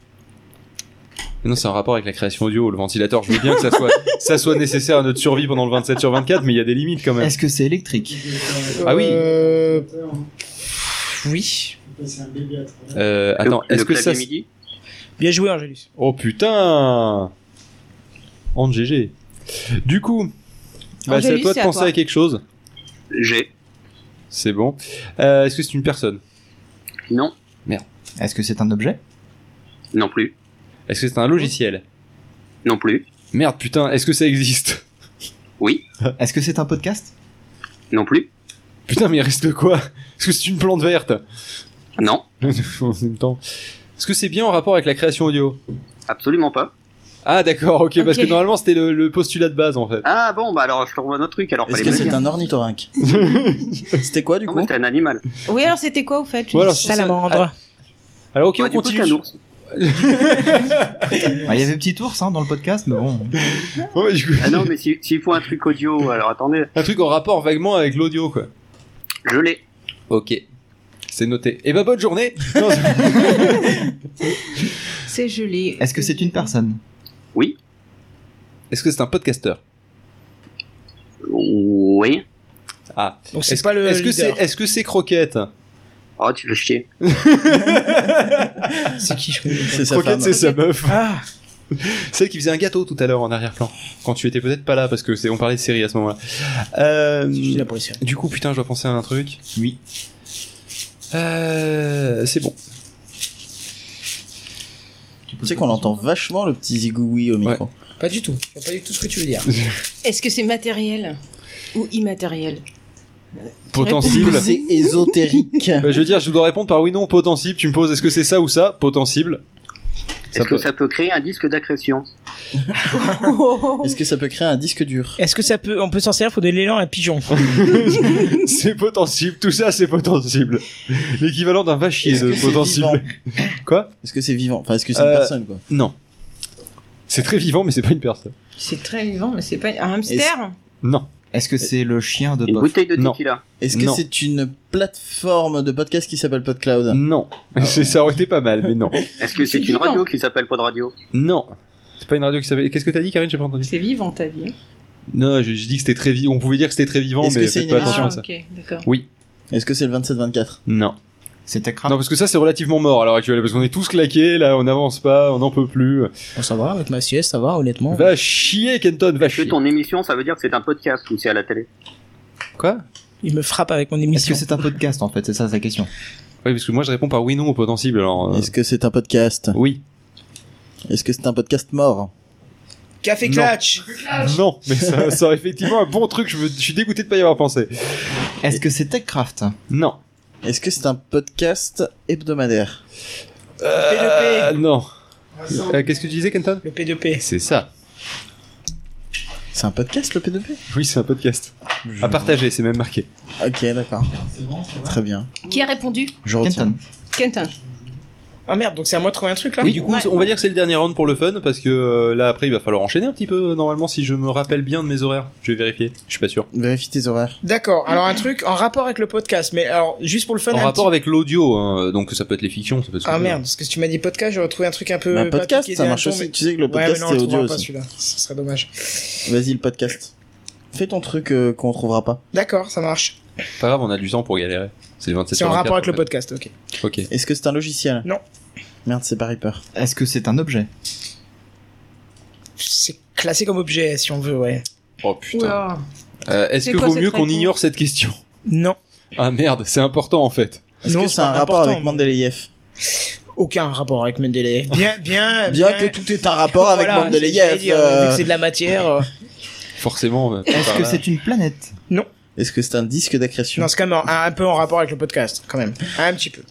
S1: Non, c'est un rapport avec la création audio, le ventilateur. Je veux bien que ça soit, ça soit nécessaire à notre survie pendant le 27 sur 24, mais il y a des limites quand même.
S9: Est-ce que c'est électrique
S1: (laughs) Ah oui.
S2: Euh,
S3: C'est
S2: oui.
S3: un bébé à travers.
S1: Euh, attends,
S10: Le-
S1: est-ce
S10: le
S1: que ça.
S10: clavier MIDI
S2: Bien joué, Angelus.
S1: Oh putain En GG. Du coup, bah, c'est à
S6: Angélus,
S1: toi de
S6: c'est à
S1: penser
S6: toi.
S1: à quelque chose.
S10: J'ai.
S1: C'est bon. Euh, est-ce que c'est une personne
S10: Non,
S9: Est-ce que c'est un objet
S10: non plus.
S1: Est-ce que c'est un logiciel
S10: Non plus.
S1: Merde, putain, est-ce que ça existe
S10: Oui,
S9: Est-ce que c'est un podcast
S10: non plus.
S1: (laughs) Putain, mais il reste quoi Est-ce que c'est une plante verte
S10: Non,
S1: En même temps. Est-ce que c'est bien en rapport avec la création audio
S10: Absolument pas.
S1: Ah d'accord, ok, parce que
S6: Ok.
S1: normalement c'était le, le postulat de base en fait.
S10: Ah bon, bah alors je te renvoie un autre truc. Alors,
S4: Est-ce
S10: fallait
S4: que
S10: me le
S4: c'est
S10: dire.
S4: un ornithorynque C'était quoi du
S10: Non, mais
S4: coup
S10: c'est un animal.
S6: Oui, alors c'était quoi au fait
S1: Voilà, c'est ça.
S2: Salamandre.
S1: Alors ok,
S10: Ouais,
S1: on
S10: du coup,
S1: continue.
S10: c'est un ours.
S5: Ah, Il y avait petit ours hein, dans le podcast, mais bon.
S1: Ouais, du coup,
S10: Ah non, mais si- s'il faut un truc audio, alors attendez,
S1: un truc en rapport vaguement avec l'audio quoi.
S10: je l'ai.
S1: Ok. C'est noté. Et bah bonne journée. Non, c'est-
S6: C'est gelé.
S5: Est-ce que c'est une personne
S1: Est-ce que c'est un podcasteur
S10: Oui.
S1: Ah.
S2: Donc
S1: Est-ce
S2: c'est pas le.
S1: est-ce que c'est
S2: leader.
S1: est-ce que c'est croquette
S10: Oh, tu veux chier.
S2: C'est qui je
S4: C'est sa femme.
S1: Croquette, c'est sa meuf.
S2: Ah,
S1: Celle qui faisait un gâteau tout à l'heure en arrière-plan. Quand tu étais peut-être pas là parce que c'est on parlait de série à ce moment-là. Euh,
S2: je suis là pour les séries.
S1: du coup, putain, je dois penser à un truc. Oui. Euh, c'est bon.
S4: Tu sais qu'on entend vachement le petit zigououi au micro.
S2: Pas du tout. Je vois pas du tout ce que tu veux dire.
S6: Est-ce que c'est matériel ou (laughs) immatériel
S1: Potentible.
S4: C'est
S1: (laughs)
S4: ésotérique.
S1: Bah, je veux dire, je dois répondre par oui non potentible. Tu me poses est-ce que c'est ça ou ça Potentible. (laughs)
S10: Est-ce que
S1: peut-
S10: ça peut créer un disque d'accrétion
S6: Oh.
S4: Est-ce que ça peut créer un disque dur
S2: Est-ce que ça peut, on peut s'en servir pour donner l'élan à un pigeon
S1: C'est potentible. Tout ça, c'est potentible. L'équivalent d'un vachier
S4: Est-ce
S1: de
S4: que c'est
S1: potentible. Quoi
S4: Est-ce que c'est vivant Enfin, est-ce que c'est une
S1: Euh,
S4: personne quoi
S1: Non. C'est très vivant, mais c'est pas une personne.
S6: C'est très vivant, mais c'est pas un hamster.
S1: Non.
S5: Est-ce que c'est le chien de
S10: Une
S5: Boff
S10: bouteille de
S1: Non.
S10: tequila
S4: Est-ce que
S1: non.
S4: c'est une plateforme de podcast qui s'appelle PodCloud
S1: Non. (laughs) C'est- Ça aurait été pas mal, mais non.
S10: Est-ce que
S6: C'est
S10: c'est une
S6: vivant.
S10: radio qui s'appelle Pod Radio
S1: Non. C'est pas une radio qui s'appelle. Qu'est-ce que t'as dit, Karine J'ai pas entendu.
S6: C'est vivant, t'as dit.
S1: Non, je, je dis que c'était très vivant. On pouvait dire que c'était très vivant,
S4: Est-ce
S1: mais
S4: que c'est
S1: faites
S4: une
S1: pas
S4: émission
S1: attention
S6: Ah,
S1: à ça.
S6: ok, d'accord.
S4: Est-ce que c'est le 27-24
S1: Non.
S5: C'était
S1: Non,
S5: crap.
S1: parce que ça, c'est relativement mort à l'heure actuelle, parce qu'on est tous claqués, là, on n'avance pas, on n'en peut plus.
S2: Bon, ça va, avec ma sieste, ça va, honnêtement.
S1: Va chier, Kenton, va
S10: Est-ce
S1: chier.
S10: que ton émission, ça veut dire que c'est un podcast ou c'est à la télé
S1: Quoi
S2: Il me frappe avec mon
S5: Est-ce que
S2: émission.
S5: c'est un podcast en fait C'est ça sa question.
S1: Oui, parce que moi, je réponds par oui, non au potentiel, alors. euh,
S4: Est-ce que c'est un podcast
S1: Oui.
S4: Est-ce que c'est un podcast mort
S2: Café
S1: Non.
S2: Clutch
S1: Non, mais ça, ça aurait effectivement un bon truc, je, me- je suis dégoûté de pas y avoir pensé.
S5: Est-ce que c'est TechCraft
S1: Non.
S4: Est-ce que c'est un podcast hebdomadaire
S1: Euh, non. Euh, Qu'est-ce que tu disais, Kenton
S2: Le P2P.
S1: C'est ça.
S4: C'est un podcast le P2P
S1: Oui, c'est un podcast. À partager, c'est même marqué.
S4: Ok, d'accord. Très bien.
S6: Qui a répondu
S4: Je retiens.
S5: Kenton.
S6: Quentin.
S2: Ah merde, donc c'est à moi de trouver un truc là
S1: Oui, du coup,
S6: Ouais.
S1: on va dire que c'est le dernier round pour le fun parce que euh, là après il va falloir enchaîner un petit peu euh, normalement si je me rappelle bien de mes horaires. Je vais vérifier, je suis pas sûr.
S4: Vérifie tes horaires.
S2: D'accord, alors un truc en rapport avec le podcast, mais alors juste pour le fun.
S1: En
S2: un
S1: rapport
S2: petit-
S1: avec l'audio, hein, donc ça peut être les fictions, ça peut être ce que
S2: Ah
S1: tu veux.
S2: merde, parce que si tu m'as dit podcast, j'aurais trouvé un truc un peu.
S4: Mais un
S2: pas
S4: Bah, podcast,
S2: piqué
S4: ça
S2: des
S4: marche
S2: hannetons,
S4: aussi.
S2: mais-
S4: Tu sais que le
S2: Ouais, mais
S4: podcast
S2: non, on
S4: c'est
S2: le
S4: audio
S2: trouvera pas
S4: aussi.
S2: celui-là, ce serait dommage.
S4: Vas-y le podcast. Fais ton truc euh, qu'on trouvera pas.
S2: D'accord, ça marche.
S1: Pas grave, on a du temps pour galérer. C'est le 27
S2: C'est en
S1: 24,
S2: rapport avec
S1: en
S2: le podcast, ok.
S1: fait. Ok.
S4: Est-ce que c'est un logiciel
S2: Non.
S4: Merde, c'est pas Reaper.
S5: Est-ce que c'est un objet
S2: C'est classé comme objet si on veut, ouais.
S1: Oh putain.
S6: Oula.
S1: Euh, Est-ce
S6: C'est
S1: que
S6: quoi
S1: vaut
S6: cette
S1: mieux qu'on
S6: réponse
S1: ignore cette question
S2: Non,
S1: Ah merde, c'est important en fait.
S4: Est-ce
S2: Non,
S4: que
S2: c'est
S4: c'est un
S2: pas
S4: rapport
S2: important,
S4: avec
S2: mais-
S4: Mendeleïev
S2: aucun rapport avec Mendeley. Bien, Eh bien.
S4: Bien que tout est un rapport avec
S2: Voilà, c'est ce que j'allais
S4: Mendeleïev.
S2: dire,
S4: euh,
S2: vu que c'est de la matière. euh,
S1: Forcément. euh,
S5: Est-ce que c'est une planète
S4: Est-ce que c'est un disque d'accrétion
S2: Non, c'est quand même un, un peu en rapport avec le podcast, quand même. Un petit peu.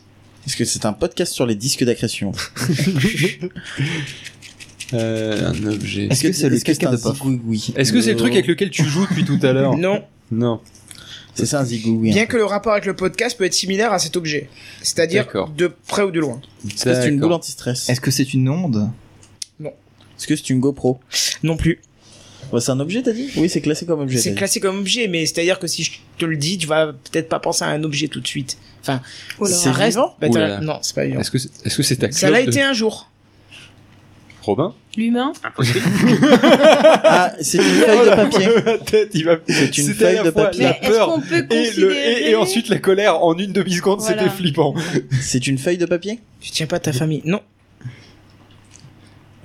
S4: Est-ce que c'est un podcast sur les disques d'accrétion
S1: euh, un objet
S5: Est-ce que c'est le
S4: est-ce que
S5: caca
S4: un
S5: de Boff
S4: zigouigoui
S1: Est-ce que c'est le truc avec lequel tu joues depuis tout à l'heure
S2: Non.
S1: Non.
S4: C'est ça un zigouigoui. hein.
S2: Bien que le rapport avec le podcast peut être similaire à cet objet. C'est-à-dire
S1: D'accord.
S2: de près ou de loin.
S4: Est-ce que c'est une
S1: D'accord.
S4: boule anti-stress
S5: Est-ce que c'est une onde
S4: Est-ce que c'est une GoPro
S2: Non plus.
S4: Ouais, C'est un objet, t'as dit Oui, c'est classé comme objet.
S2: C'est
S4: t'as dit.
S2: classé comme objet, mais c'est-à-dire que si je te le dis, tu vas peut-être pas penser à un objet tout de suite.
S6: Oh là.
S4: C'est vivant
S2: Bah,
S1: Ouh
S2: t'as-
S1: là là.
S2: Non, c'est pas vivant.
S1: Est-ce que c'est est-ce que c'est ta
S2: Ça
S1: clope
S2: l'a
S1: de-
S2: été un jour.
S1: Robin
S6: L'humain
S1: (laughs)
S4: Ah, c'est une feuille
S2: (laughs)
S4: de papier.
S1: La tête, il va
S4: C'est une
S1: C'était
S4: feuille
S1: la
S4: de
S1: fois,
S4: papier.
S1: la
S6: Mais est-ce
S1: peur
S6: qu'on peut
S1: Et, le-
S6: considérer
S1: et- et ensuite la colère en une demi-seconde,
S6: Voilà.
S1: c'était flippant.
S4: C'est une feuille de papier
S2: Tu tiens pas ta famille. Non.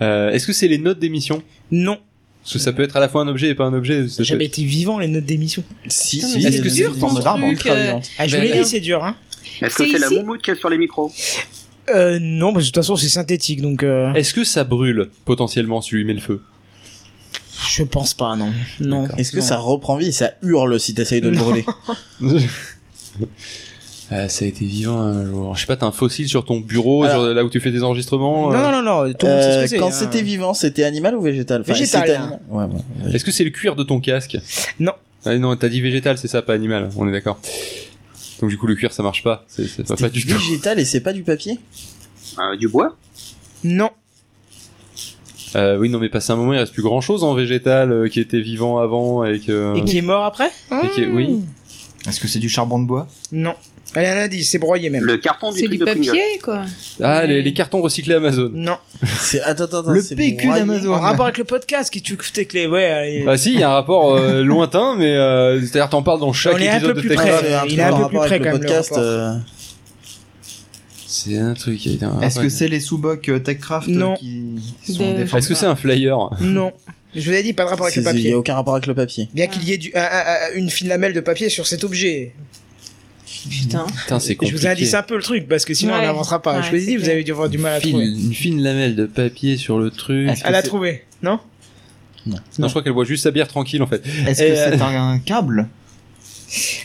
S1: Euh, Est-ce que c'est les notes d'émission
S2: Non.
S1: Parce que ça peut être à la fois un objet et pas un objet. ça
S2: J'ai
S1: peut-
S2: jamais été vivant, les notes d'émission.
S4: Si,
S6: Putain,
S4: si.
S6: mais
S1: Est-ce
S6: c'est
S1: que c'est
S6: dur,
S4: une
S6: ton
S4: forme d'arbre
S6: truc, euh,
S4: ultra-vivant.
S2: Ah, je vous
S1: Ben,
S2: l'ai
S1: là.
S2: dit, c'est dur, hein.
S10: Est-ce que
S6: C'est
S10: c'est la
S6: ici
S10: moumoute qui est sur les micros
S2: Euh, non, parce que de toute façon, c'est synthétique, donc, euh,
S1: Est-ce que ça brûle potentiellement si tu lui mets le (laughs) feu
S2: je pense pas, non. Non.
S4: Est-ce que
S2: Non.
S4: ça reprend vie Ça hurle si t'essayes de le
S2: Non.
S4: brûler.
S1: Euh, ça a été vivant un jour. Je sais pas, t'as un fossile sur ton bureau,
S4: Alors-
S1: genre là où tu fais des enregistrements. euh,
S2: Non, non, non, non, (laughs) tout le monde sait ce que
S4: Euh,
S2: c'est,
S4: quand
S2: hein.
S4: c'était vivant, c'était animal ou végétal
S2: Végétal,
S4: c'était
S2: hein.
S4: animal. Ouais, bon.
S1: euh, Est-ce que c'est le cuir de ton casque
S2: Non.
S1: Ah, non, t'as dit végétal, c'est ça, pas animal. On est d'accord. Donc du coup, le cuir, ça marche pas. C'est, c'est pas,
S4: C'était
S1: pas du tout.
S4: végétal et c'est pas du papier
S10: Euh, du bois
S2: Non.
S1: Euh, oui, non, mais passé un moment, il reste plus grand chose en végétal euh, qui était vivant avant et que. euh,
S2: Et qui est mort après
S1: et qui est- Oui.
S5: Est-ce que c'est du charbon de bois
S2: Non. Allez, un indice, c'est broyé même.
S10: Le carton du
S6: C'est du
S10: truc de Pringles.
S6: papier, quoi.
S1: Ah, les, les cartons recyclés Amazon.
S2: Non.
S4: C'est attends attends attends,
S5: Le
S4: c'est
S5: PQ
S4: broyé.
S5: d'Amazon.
S2: En rapport avec le podcast qui tu que les. Ouais, allez.
S1: Bah si, il y a un rapport euh, lointain, mais euh, c'est-à-dire t'en parles dans chaque
S2: On est un
S1: épisode
S2: peu
S1: de
S2: plus
S1: Tech
S2: près.
S1: Lab.
S4: Ouais, un
S2: Il
S4: truc
S2: est un
S4: en
S2: peu
S4: rapport
S2: plus
S4: avec
S2: près
S4: le
S2: quand même, le
S4: podcast,
S2: rapport.
S4: euh,
S1: C'est un truc. il y a un
S5: Est-ce que
S1: rapport.
S5: c'est les sous-bocs euh, Techcraft
S2: Non.
S5: qui sont
S6: Des-
S5: des
S1: Est-ce que c'est un flyer
S2: Non. Je vous ai dit, pas de rapport avec
S4: c'est-
S2: le
S4: Il y
S2: papier.
S4: a aucun rapport avec le papier.
S2: Bien qu'il y ait du, un- un- un- une fine lamelle de papier sur cet objet.
S6: Putain.
S1: Putain, c'est
S2: Je
S1: compliqué.
S2: vous indice un peu le truc parce que sinon on
S6: Ouais.
S2: n'avancera pas. je vous
S6: Ouais,
S2: ai dit,
S6: c'est
S2: vous
S6: clair.
S2: avez dû avoir du
S1: Une
S2: mal à
S1: fine-
S2: trouver.
S1: Une fine lamelle de papier sur le truc.
S5: Est-ce que
S2: Elle a
S5: c'est-
S2: trouvé, non
S1: Non, je crois qu'elle boit juste sa bière tranquille en fait.
S5: Est-ce
S1: Et,
S5: que c'est un, un câble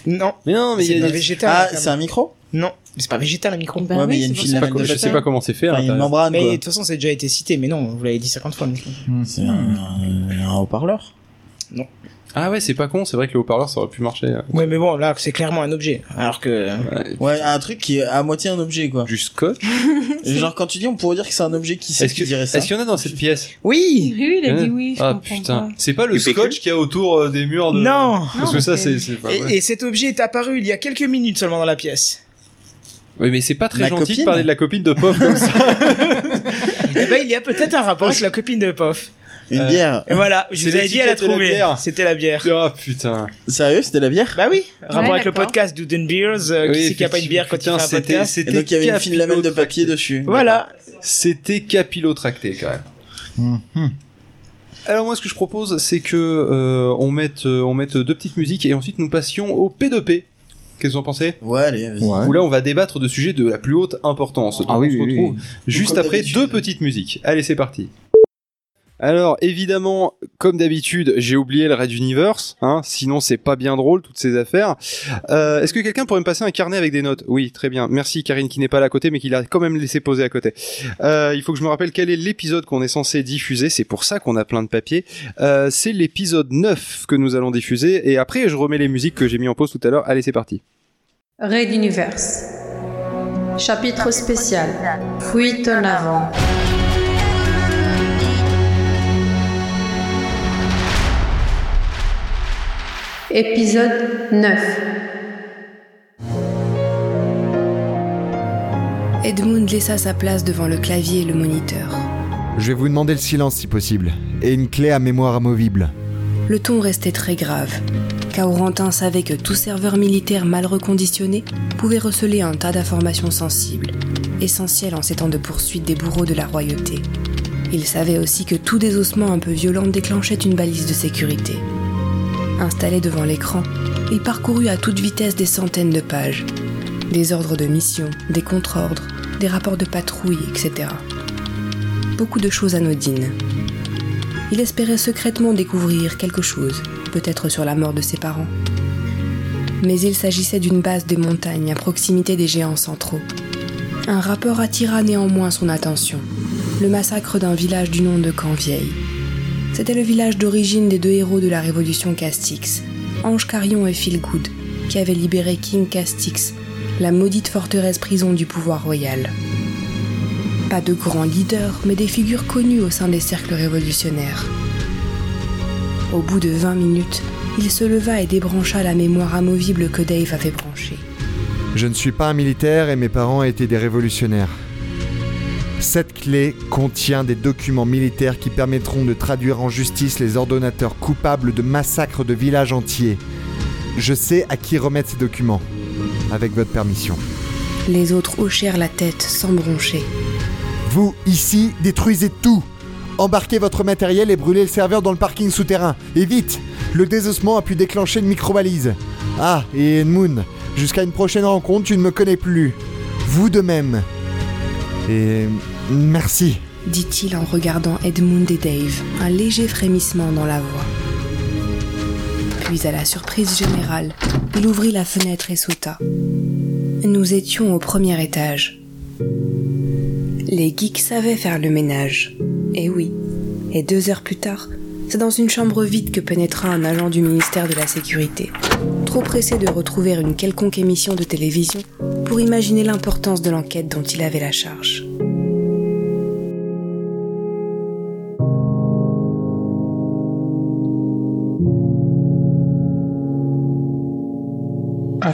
S2: Non.
S1: Mais non, mais il
S2: C'est
S1: y
S2: pas
S1: a des...
S2: végétal.
S4: Ah,
S2: quand même.
S4: c'est un micro
S2: Non, mais c'est pas végétal un micro.
S6: Bah
S4: Ouais, mais
S6: oui,
S4: il y a une file
S6: c'est pour ça
S4: lamelle
S6: que
S4: de
S1: Je
S6: c'est
S1: sais
S6: ça.
S1: pas comment c'est fait. hein, à
S4: Enfin, il y a une
S1: l'intérieur.
S4: membrane
S2: mais de
S4: Ah, quoi.
S2: toute façon, c'est déjà été cité, mais non, vous l'avez dit 50 fois. mais-
S4: C'est un, un haut-parleur.
S1: Ah ouais, c'est pas con. C'est vrai que le haut-parleur ça aurait pu marcher. euh,
S2: Ouais, mais bon, là, c'est clairement un objet. Alors que.
S4: Ouais, un truc qui est à moitié un objet quoi.
S1: Du scotch.
S4: Genre quand tu dis on pourrait dire que c'est un objet qui c'est
S1: Est-ce
S4: qui
S1: que-
S4: dirait ça.
S1: est-ce qu'il y en a dans cette pièce
S2: Oui
S6: Oui, il
S1: Il y en
S6: a
S1: a.
S6: dit oui, je
S1: Ah
S6: comprends
S1: putain,
S6: pas.
S1: c'est pas le
S10: Du PQ
S1: scotch qu'il y a autour euh, des murs de.
S2: Non
S1: Parce
S6: Non,
S1: que ça, c'est.
S6: c'est-
S1: c'est pas
S2: et,
S1: vrai.
S2: et cet objet est apparu il y a quelques minutes seulement dans la pièce.
S1: Oui, mais c'est pas très
S4: Ma
S1: gentil de
S4: copine
S1: parler de
S4: (laughs)
S1: la copine de Pop comme ça. (laughs)
S2: Eh ben, il y a peut-être un rapport avec la copine de Pof.
S4: Une
S1: Euh,
S4: bière.
S2: Et voilà, je
S1: C'est
S2: vous avais dit, elle a
S1: l'étiquette et la
S2: trouvé.
S1: bière.
S2: C'était la bière.
S1: Oh putain.
S4: Sérieux, c'était la bière
S2: Bah oui, rapport avec le
S6: d'accord.
S2: podcast Duden Beers, euh, qui c'est qui a pas une bière quand il fait
S1: Putain,
S2: un
S1: c'était-
S2: podcast
S4: Et
S1: C'était
S4: donc il y avait une fine lamelle de papier
S1: capillotracté.
S4: dessus.
S2: Voilà,
S1: C'était capillotracté quand même.
S5: Mhm.
S1: Alors moi, ce que je propose, c'est que euh, on mette euh, on mette deux petites musiques et ensuite nous passions au P2P. Qu'est-ce que vous en pensez
S4: Ouais, allez, vas-y.
S5: Ouais.
S1: Où là, on va débattre de sujets de la plus haute importance. Donc,
S5: Ah oui,
S1: on se
S5: oui, oui.
S1: retrouve juste
S4: Comme
S1: après
S4: d'habitude.
S1: deux petites musiques. Allez, c'est parti. Alors, évidemment, comme d'habitude, j'ai oublié le Red Universe. Hein, sinon, c'est pas bien drôle, toutes ces affaires. Euh, Est-ce que quelqu'un pourrait me passer un carnet avec des notes Oui, très bien. Merci, Karine, qui n'est pas là à côté, mais qui l'a quand même laissé poser à côté. Euh, il faut que je me rappelle quel est l'épisode qu'on est censé diffuser. C'est pour ça qu'on a plein de papiers. Euh, c'est l'épisode 9 que nous allons diffuser. Et après, je remets les musiques que j'ai mis en pause tout à l'heure. Allez, c'est parti.
S11: Raid d'univers. Chapitre spécial. Fuite en avant. Épisode 9.
S6: Edmund laissa sa place devant le clavier et le moniteur.
S12: Je vais vous demander le silence si possible, et une clé à mémoire amovible.
S6: Le ton restait très grave. Kaurentin savait que tout serveur militaire mal reconditionné pouvait receler un tas d'informations sensibles, essentielles en ces temps de poursuite des bourreaux de la royauté. Il savait aussi que tout désossement un peu violent déclenchait une balise de sécurité. Installé devant l'écran, il parcourut à toute vitesse des centaines de pages. Des ordres de mission, des contre-ordres, des rapports de patrouille, etc. Beaucoup de choses anodines. Il espérait secrètement découvrir quelque chose, peut-être sur la mort de ses parents. Mais il s'agissait d'une base des montagnes à proximité des géants centraux. Un rapport attira néanmoins son attention, le massacre d'un village du nom de Canvieille. C'était le village d'origine des deux héros de la révolution Castix, Ange Carion et Philgood, qui avaient libéré King Castix, la maudite forteresse prison du pouvoir royal. Pas de grands leaders, mais des figures connues au sein des cercles révolutionnaires. Au bout de 20 minutes, il se leva et débrancha la mémoire amovible que Dave avait branchée.
S12: Je ne suis pas un militaire et mes parents étaient des révolutionnaires. Cette clé contient des documents militaires qui permettront de traduire en justice les ordonnateurs coupables de massacres de villages entiers. Je sais à qui remettre ces documents, avec votre permission.
S6: Les autres hochèrent la tête sans broncher.
S12: Vous, ici, détruisez tout Embarquez votre matériel et brûlez le serveur dans le parking souterrain. Et vite Le désossement a pu déclencher une micro-balise. Ah, et Edmund, jusqu'à une prochaine rencontre, tu ne me connais plus. Vous de même. Et... merci.
S6: dit-il en regardant Edmund et Dave, un léger frémissement dans la voix. Puis, à la surprise générale, il ouvrit la fenêtre et sauta. Nous étions au premier étage. Les geeks savaient faire le ménage. Et oui. Et deux heures plus tard, c'est dans une chambre vide que pénétra un agent du ministère de la Sécurité, trop pressé de retrouver une quelconque émission de télévision pour imaginer l'importance de l'enquête dont il avait la charge.
S2: À